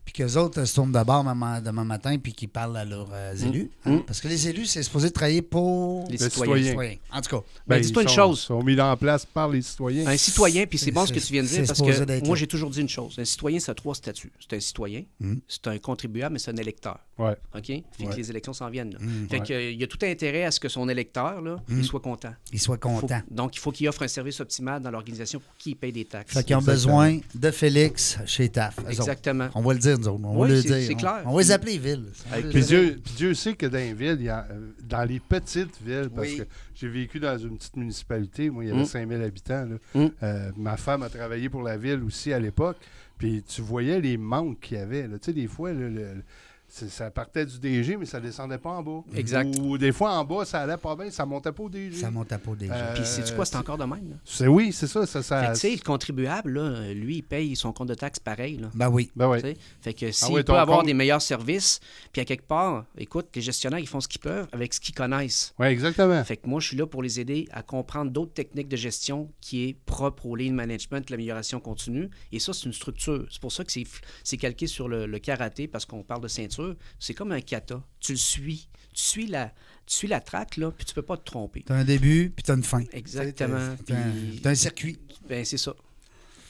puis qu'eux autres euh, se tournent de bord maman- demain matin, puis qu'ils parlent à leurs euh, élus. hein, Parce que les élus, c'est supposé travailler pour
Mm. les
Le
citoyens.
citoyen.
citoyens. En tout cas,
Ben,
ils
dis-toi une
sont-
chose.
sont mis en place par les citoyens.
Un citoyen, puis c'est bon ce que tu viens de
C'est
dire, parce
supposé d'être
que moi,
là.
j'ai toujours dit une chose. Un citoyen, ça a trois statuts. C'est un citoyen, c'est un contribuable, mais c'est un électeur.
Ouais.
OK? Fait que les élections s'en viennent. là. Fait que, euh, il y a tout intérêt à ce que son électeur, là, il soit content.
ils soient
Faut-
contents.
donc, il faut qu'il offre un service optimal dans l'organisation pour qu'il paye des taxes.
Fait qu'ils ont besoin de Félix chez TAF. eux autres.
Exactement.
On va le dire, nous autres. On
Oui,
va le
c'est-
dire.
c'est
On-
clair.
On, va les appeler les villes.
Avec
Puis Dieu, puis Dieu sait que dans les villes, il y a- euh, dans les petites villes, parce
Oui.
que j'ai vécu dans une petite municipalité, moi, il y avait
Mm.
5000 habitants. là.
Mm.
Euh, ma femme a travaillé pour la ville aussi à l'époque, puis tu voyais les manques qu'il y avait. là. Tu sais, des fois, là, le- le- c'est- ça partait du DG, mais ça descendait pas en bas.
Exact.
Ou des fois, en bas, ça allait pas bien, ça montait pas au DG.
Ça monte à peau des gens.
Euh,
Puis, c'est quoi? C'est encore de même. là.
C'est- Oui, c'est ça. ça,
Fait que,
ça
tu sais, le contribuable, là, lui, il paye son compte de taxes pareil. Là.
Ben oui.
Ben ouais.
Tu sais, Fait que s'il
ouais, ton
peut avoir
compte-
des meilleurs services, puis à quelque part, écoute, les gestionnaires, ils font ce qu'ils peuvent avec ce qu'ils connaissent.
Ouais, exactement.
Fait que moi, je suis là pour les aider à comprendre d'autres techniques de gestion qui est propre au lean management, l'amélioration continue. Et ça, c'est une structure. C'est pour ça que c'est f- c'est calqué sur le, le karaté, parce qu'on parle de ceinture. C'est comme un kata. Tu le suis. Tu suis la, tu suis la traque, là, puis tu peux pas te tromper.
T'as un début, puis t'as une fin.
Exactement.
T'as un,
Puis-
t'as un circuit.
Ben, c'est ça.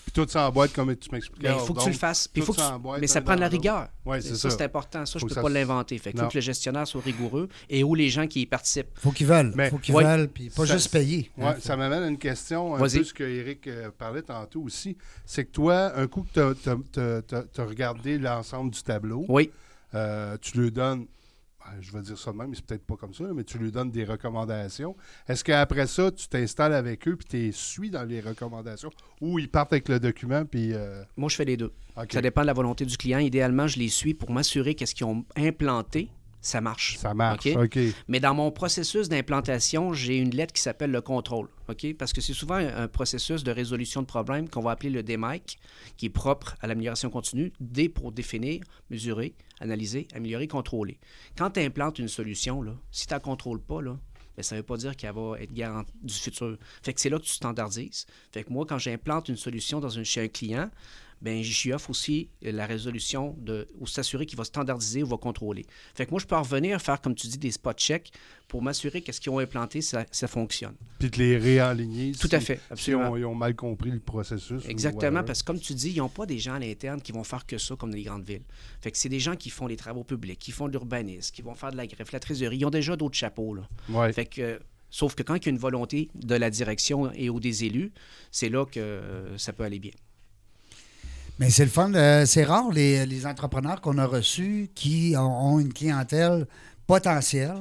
Puis tout ça en boîte, comme tu m'expliquais.
Ben, il faut que tu le fasses. Puis
tout
faut que
ça
tu-
en boîte,
Mais ça
un
prend de la
dans l'autre.
rigueur.
Ouais, c'est ça.
c'est important. Ça,
Faut
je ne
que
peux
ça
pas
se-
l'inventer. Fait que
Non.
faut que le gestionnaire soit rigoureux et où les gens qui y participent.
Faut qu'ils veulent.
Mais-
faut qu'ils
Ben, Ouais.
veulent, puis pas
Ça-
juste payer.
Ouais, ça m'amène à une question, un peu
Hein, Vas-y.
ce que Eric euh, parlait tantôt aussi. C'est que toi, un coup que tu as, regardé l'ensemble du tableau,
Oui,
euh, tu le donnes ah, je vais dire ça de même, mais c'est peut-être pas comme ça, là, mais tu lui donnes des recommandations. Est-ce qu'après ça, tu t'installes avec eux puis tu les suis dans les recommandations ou ils partent avec le document puis. euh,
Moi, je fais les deux.
OK.
Ça dépend de la volonté du client. Idéalement, je les suis pour m'assurer qu'est-ce qu'ils ont implanté, ça marche.
Ça marche,
OK?
OK.
Mais dans mon processus d'implantation, j'ai une lettre qui s'appelle le contrôle. OK? Parce que c'est souvent un un processus de résolution de problème qu'on va appeler le DMIC, qui est propre à l'amélioration continue. D pour définir, mesurer, analyser, améliorer, contrôler. Quand tu implantes une solution, là, si tu ne la contrôles pas, là, ben, ça ne veut pas dire qu'elle va être garantie du futur. Fait que c'est là que tu standardises. Fait que moi, quand j'implante une solution dans une, chez un client, ben j'y offre aussi euh, la résolution de, ou s'assurer qu'il va standardiser ou va contrôler. Fait que moi, je peux en revenir faire, comme tu dis, des spot checks pour m'assurer que ce qu'ils ont implanté, ça, ça fonctionne.
Puis de les réaligner.
Tout
si-
à fait,
Si on-
absolument.
ils ont mal compris le processus. ou
Exactement,
whatever.
parce que comme tu dis, ils n'ont pas des gens à l'interne qui vont faire que ça comme dans les grandes villes. Fait que c'est des gens qui font des travaux publics, qui font de l'urbanisme, qui vont faire de la greffe, la trésorerie. Ils ont déjà d'autres chapeaux, là.
Ouais.
Fait que, euh, sauf que quand il y a une volonté de la direction et ou des élus, c'est là que euh, ça peut aller bien.
Mais c'est le fun. euh, c'est rare les, les entrepreneurs qu'on a reçus qui ont, ont une clientèle potentielle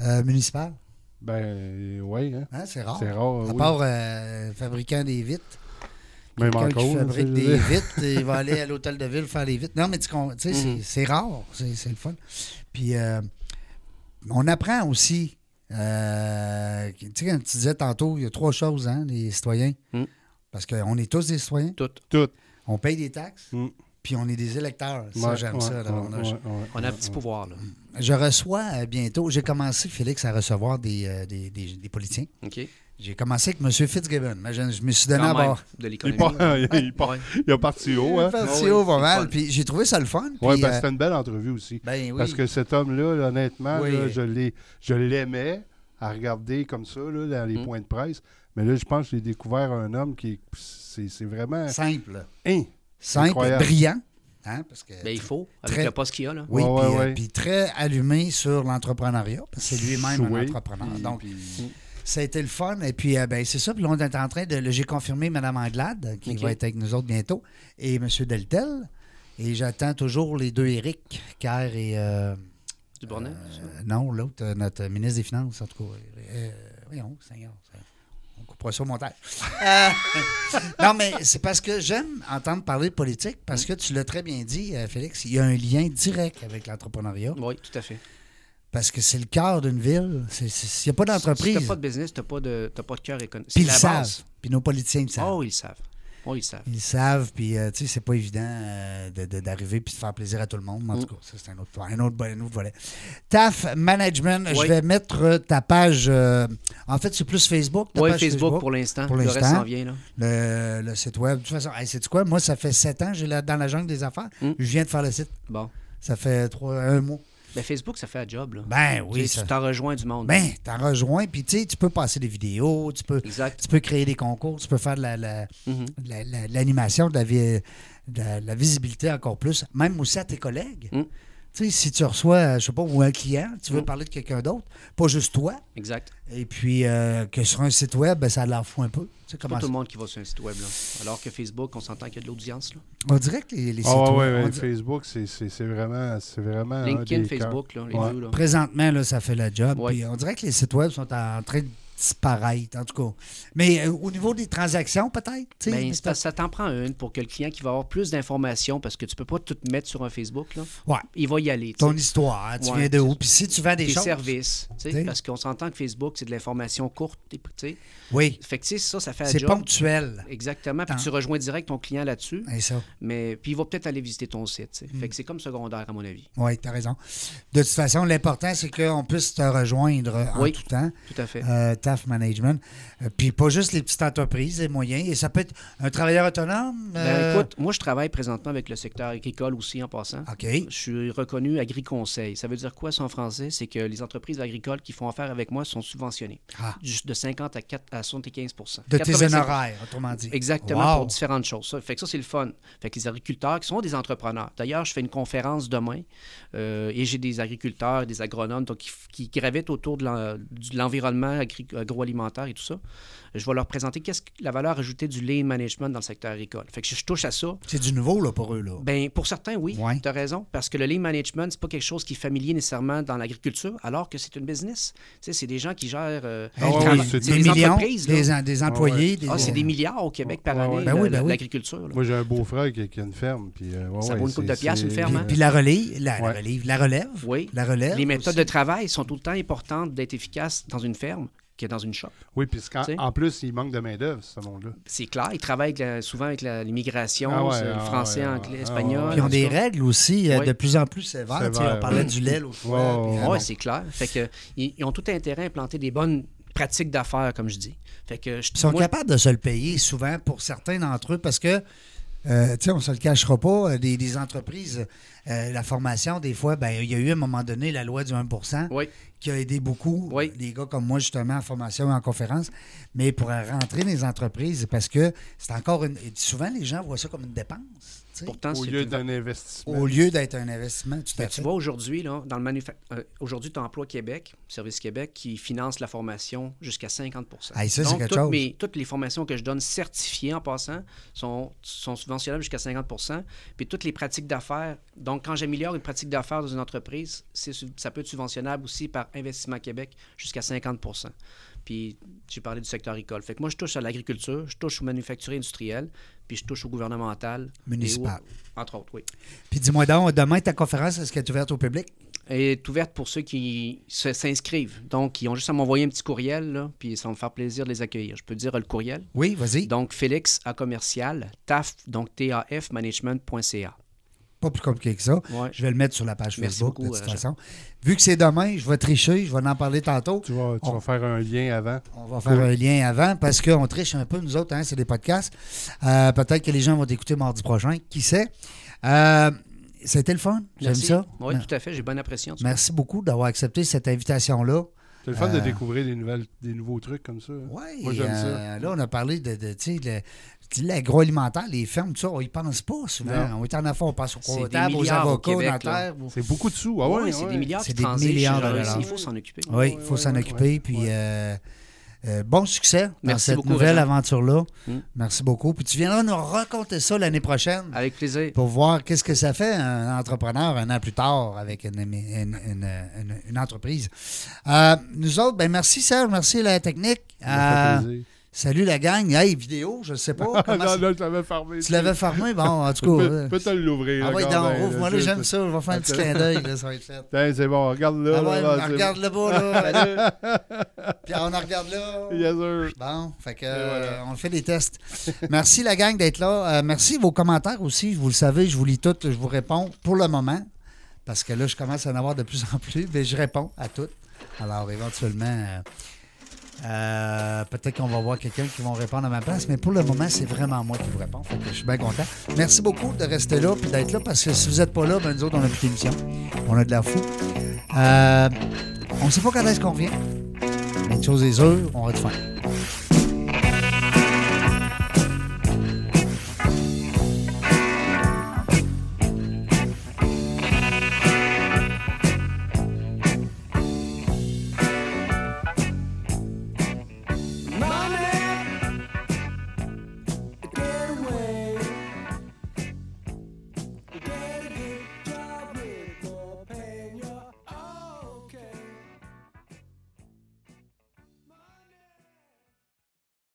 euh, municipale.
Ben, oui, hein.
Hein, c'est rare.
C'est
À
rare, oui.
part euh, fabricant des vitres.
Même
Quelqu'un
encore.
qui
là,
fabrique
tu sais,
des vitres, il va aller à l'hôtel de ville faire les vitres. Non, mais tu con- tu sais, c'est- c'est rare. C'est c'est le fun. Puis, euh, on apprend aussi. euh, tu sais, comme tu disais tantôt, il y a trois choses, hein, les citoyens.
Mm.
Parce qu'on est tous des citoyens.
Tout.
Tout.
On paye des taxes.
Mm.
Puis on est des électeurs. Ça,
Ouais,
j'aime
ouais,
ça.
ouais,
davantage.
ouais, ouais. Mm.
On a un petit pouvoir, là.
Je reçois euh, bientôt. J'ai commencé, Félix, à recevoir des, euh, des, des- des politiciens.
OK?
J'ai commencé avec M. Fitzgibbon. Imagine, je me suis donné à
Quand même,
bord.
de
Il,
l'économie.
part- [LAUGHS] il, part-
Ouais.
il a parti haut, hein?
Parti
Ah oui,
haut, pas
c'est
mal.
fun.
Puis j'ai trouvé ça le fun.
Oui,
puis,
parce
euh,
que c'était une belle entrevue aussi.
ben oui.
Parce que cet homme-là, là, honnêtement,
Oui.
là, je l'ai- je l'aimais à regarder comme ça, là, dans les
Mm.
points de presse. Mais là, je pense que j'ai découvert un homme qui est- c'est c'est vraiment...
Simple.
Hein!
Simple,
Incroyable.
brillant. hein, parce que,
Ben, il faut, avec
Très-
le poste qu'il y a, là.
Oui,
Ouais,
puis,
ouais,
euh,
ouais.
puis très allumé sur l'entrepreneuriat. parce que C'est lui-même
Oui,
un entrepreneur.
Mm.
puis-
Donc,
puis-
ça a été le fun. Et puis, euh, ben, c'est ça. Puis, là, on est en train de. le- J'ai confirmé Mme Anglade, qui
Ok.
va être avec nous autres bientôt, et M. Deltel. Et j'attends toujours les deux Eric, Kerr et. euh,
Du Bournet. ça.
Euh, non, l'autre, euh, notre ministre des Finances, en tout cas. Euh, voyons, Seigneur. ça- On coupera ça au montage. Euh, [LAUGHS] non, mais c'est parce que j'aime entendre parler de politique, parce que tu l'as très bien dit, euh, Félix, il y a un lien direct avec l'entrepreneuriat,
Oui, tout à fait.
parce que c'est le cœur d'une ville. C'est- c'est- S'il n'y a pas
Si
d'entreprise,
t'as pas de business, t'as pas de, t'as pas de cœur économique.
puis
C'est
ils le
la
savent,
base.
puis nos politiciens le savent.
Oh, ils le savent. Oh, ils le savent.
Ils le savent, puis euh, tu sais, c'est pas évident euh, de- de- d'arriver puis de faire plaisir à tout le monde. mais En
Mm.
tout cas, ça, c'est un autre, un, autre, un autre volet. TAF Management, je
Oui.
vais mettre euh, ta page. euh, en fait, c'est plus Facebook. ta
Oui,
page
Facebook, pour l'instant.
Pour
Le reste
l'instant.
s'en vient, là.
le, le site web. De toute façon, c'est quoi? Moi, ça fait sept ans que j'ai la- dans la jungle des affaires.
Mm.
Je viens de faire le site.
Bon.
Ça fait trois, un mois.
Ben, Facebook, ça fait un job, là.
Ben oui,
Tu sais,
ça.
Tu t'en rejoins du monde.
Ben, t'en rejoins, puis tu sais, tu peux passer des vidéos, tu peux,
Exact.
tu peux créer des concours, tu peux faire de la- la,
Mhm.
la- la- l'animation, de la, vi- de la- la visibilité encore plus, même aussi à tes collègues.
Mm.
Tu sais, si tu reçois, euh, je sais pas, ou un client, tu veux parler de quelqu'un d'autre, pas juste toi,
Exact.
et puis euh, que sur un site web, ben, ça leur fout un peu. Tu sais,
Pas
comment
tout
ça-
le monde qui va sur un site web, là. Alors que Facebook, on s'entend qu'il y a de l'audience, là.
On dirait que les, les sites
Ah ouais,
web,
ouais,
on
ouais,
dit-
Facebook, c'est- c'est c'est vraiment, c'est vraiment
Ah,
un
LinkedIn,
des cœurs.
Facebook, là, les
Ouais.
deux, là.
présentement, là, ça fait le job.
Ouais.
puis on dirait que les sites web sont en train de disparaître, en tout cas. Mais euh, au niveau des transactions, peut-être? tu sais,
Ben,
mais
c'est parce que ça t'en prend une pour que le client qui va avoir plus d'informations, parce que tu peux pas tout mettre sur un Facebook, là,
Ouais.
il va y aller. tu
Ton
sais.
histoire, hein, tu
Ouais,
viens de
c'est-
où? Puis si tu vends des
Tes
choses.
services. tu sais,
T'sais.
Parce qu'on s'entend que Facebook, c'est de l'information courte. tu sais.
Oui,
Fait que tu sais, ça, ça fait un
c'est
job.
ponctuel.
Exactement. Puis
Tant.
tu rejoins direct ton client là-dessus.
Et ça.
Mais puis il va peut-être aller visiter ton site. tu sais.
Hmm.
Fait que c'est comme secondaire, à mon avis.
Oui, tu as raison. De toute façon, l'important, c'est qu'on puisse te rejoindre en
Oui.
tout temps,
Tout à fait.
euh, TAF Management. Euh, Puis pas juste les petites entreprises, les moyens. Et ça peut être un travailleur autonome.
Ben,
euh,
écoute, moi, je travaille présentement avec le secteur agricole aussi en passant.
OK.
Je suis reconnu agri-conseil. Ça veut dire quoi, ça, en français? C'est que les entreprises agricoles qui font affaire avec moi sont subventionnées.
Ah,
Du- De 50 à, 4 à 75
de tes
85
honoraires, autrement dit.
Exactement,
Wow.
pour différentes choses. Ça fait que ça, c'est le fun. Fait que les agriculteurs qui sont des entrepreneurs. D'ailleurs, je fais une conférence demain euh, et j'ai des agriculteurs, des agronomes donc, qui, f- qui gravitent autour de l'en- du- de l'environnement agri- euh, agroalimentaire et tout ça, je vais leur présenter qu'est-ce que la valeur ajoutée du lean management dans le secteur agricole. Fait que je, je touche à ça.
C'est du nouveau là, pour eux. Là.
Ben, pour certains, oui,
Ouais.
tu as raison, parce que le lean management, c'est pas quelque chose qui est familier nécessairement dans l'agriculture, alors que c'est une business. Tu sais, c'est des gens qui gèrent euh,
Hey,
Ah ouais,
des-
ouais, c'est
des
des
millions,
entreprises, là.
des, en- des employés. Des,
Ah, c'est des milliards au Québec par
Ouais, ouais.
année,
Ben
la-
oui, ben
la-
oui.
l'agriculture. là.
Moi, j'ai un beau-frère qui, qui a une ferme. Puis, euh, ouais,
Ça
ouais,
vaut une coupe
c'est-
de piastres, une
c'est-
ferme, hein?
Puis la relève, la, la
Ouais.
relève, la relève.
Oui.
La relève.
Les méthodes
aussi.
de travail sont tout le temps importantes d'être efficaces dans une ferme que dans une shop.
Oui, puis c'est quand-
Tu sais.
en plus, il manque de main-d'œuvre, ce monde-là.
C'est clair, ils travaillent avec la- souvent avec la- l'immigration,
Ah ouais,
c'est le
ah
français,
ouais, ah
anglais,
ouais.
espagnol.
Puis ils ont des
en tout cas.
règles aussi euh,
Oui.
de plus en plus sévères. Tu sais,
Sévères,
on parlait
oui.
du lait l'autre fois.
Ouais,
puis,
ouais,
ah,
Oui,
bon.
c'est clair. Fait que, ils, ils ont tout intérêt à implanter des bonnes pratiques d'affaires, comme je dis. Fait que, je,
Ils sont
moi,
capables de se le payer souvent pour certains d'entre eux parce que, euh, tu sais, on se le cachera pas, euh, des, des entreprises, euh, la formation, des fois, ben, il y a eu à un moment donné la loi du 1
Oui,
qui a aidé beaucoup
Oui.
les gars comme moi, justement, en formation et en conférence, mais pour euh, rentrer dans les entreprises parce que c'est encore une. et Souvent, les gens voient ça comme une dépense, tu sais,
pourtant,
Au
Ah, c'est
lieu
une-
d'un investissement.
au lieu d'être un investissement. Tout à
Mais Ben, tu
fait.
vois, aujourd'hui, là, dans le manufa- euh, aujourd'hui, tu Emploi Québec, Service Québec, qui finance la formation jusqu'à 50
Ah, et ça, c'est
Donc,
quelque
toutes,
chose.
mes- toutes les formations que je donne certifiées en passant sont, sont subventionnables jusqu'à 50 Puis toutes les pratiques d'affaires. Donc, quand j'améliore une pratique d'affaires dans une entreprise, c'est, sub- ça peut être subventionnable aussi par Investissement Québec jusqu'à 50 Puis, j'ai parlé du secteur agricole. Fait que moi, je touche à l'agriculture, je touche au manufacturier industriel, puis je touche au gouvernemental. et au-
Municipal.
Entre autres, oui.
Puis dis-moi donc, demain, ta conférence, est-ce qu'elle est ouverte au public?
est ouverte pour ceux qui se- s'inscrivent. Donc, ils ont juste à m'envoyer un petit courriel, là, puis ça va me faire plaisir de les accueillir. Je peux dire euh, le courriel.
Oui, vas-y.
Donc, Félix à commercial, TAF, donc TAF management.ca.
Pas plus compliqué que ça.
Ouais.
Je vais le mettre sur la page
Merci
Facebook,
beaucoup,
de toute
euh, Jean.
façon. Vu que c'est demain, je vais tricher, je vais en parler tantôt.
Tu, vas, tu
On-
vas faire un lien avant.
On va faire un lien avant parce qu'on triche un peu, nous autres, hein, c'est des podcasts. Euh, Peut-être que les gens vont écouter mardi prochain, qui sait. Euh, C'était le fun, j'aime
Merci.
ça.
Oui,
Mer-
tout à fait. J'ai bonne appréciation.
Merci beaucoup d'avoir accepté cette invitation-là.
C'est le fun
Euh,
de découvrir des, nouvelles, des nouveaux trucs comme ça. hein.
Oui,
Moi, j'aime ça.
euh, là, on a parlé de, de, tu sais, de- de l'agroalimentaire, les fermes, tout ça, on y pense pas souvent.
Non.
On est en affaires, on pense aux
C'est des
comptables, aux
milliards au
avocats, aux
Québec, là.
notaires, aux-
C'est beaucoup de sous. Ah
Oui,
ouais,
c'est
ouais.
des milliards
C'est
qui
des
transigent.
milliards de
genre,
dollars.
Il faut s'en occuper.
Oui, il faut s'en
ouais,
occuper. Puis euh, euh, bon succès dans
Merci
cette
beaucoup,
nouvelle
Régent.
aventure-là.
Mm.
Merci beaucoup. Puis tu viendras nous raconter ça l'année prochaine
Avec plaisir.
pour voir qu'est-ce que ça fait un entrepreneur un an plus tard avec une, une- une- une- une entreprise. Euh, nous autres, ben merci Serge, merci la technique.
Ça
Euh,
me fait plaisir.
salut la gang. Hey, vidéo, je sais pas.
Ah,
comment
[LAUGHS] non,
ça-
là, je l'avais fermé.
Tu l'avais fermé? Bon, en tout cas.
Peux-
euh,
Peut-être l'ouvrir.
Ah ouais,
regarde,
donc,
hein,
ouvre-moi là,
juste-
j'aime ça. Je vais faire un petit
Attends.
clin d'œil,
[LAUGHS]
là, ça va être fait.
Hey, c'est bon, regarde là.
Ah ouais,
là,
on
c'est-
regarde là-bas, là.
Allez,
Puis on en regarde là.
yes, sir.
Bon, fait que,
Et voilà.
euh, on fait des tests. Merci la gang d'être là. Euh, merci vos commentaires aussi. Vous le savez, je vous lis toutes, je vous réponds pour le moment. Parce que là, je commence à en avoir de plus en plus, mais je réponds à toutes. Alors, éventuellement, euh, euh, peut-être qu'on va voir quelqu'un qui va répondre à ma place, mais pour le moment, c'est vraiment moi qui vous réponds. Fait que je suis bien content. Merci beaucoup de rester là et d'être là, parce que si vous n'êtes pas là, ben, nous autres, on a plus d'émission. On a de la fou. Euh, on ne sait pas quand est-ce qu'on vient. Mais une chose est sûre, on va être fin.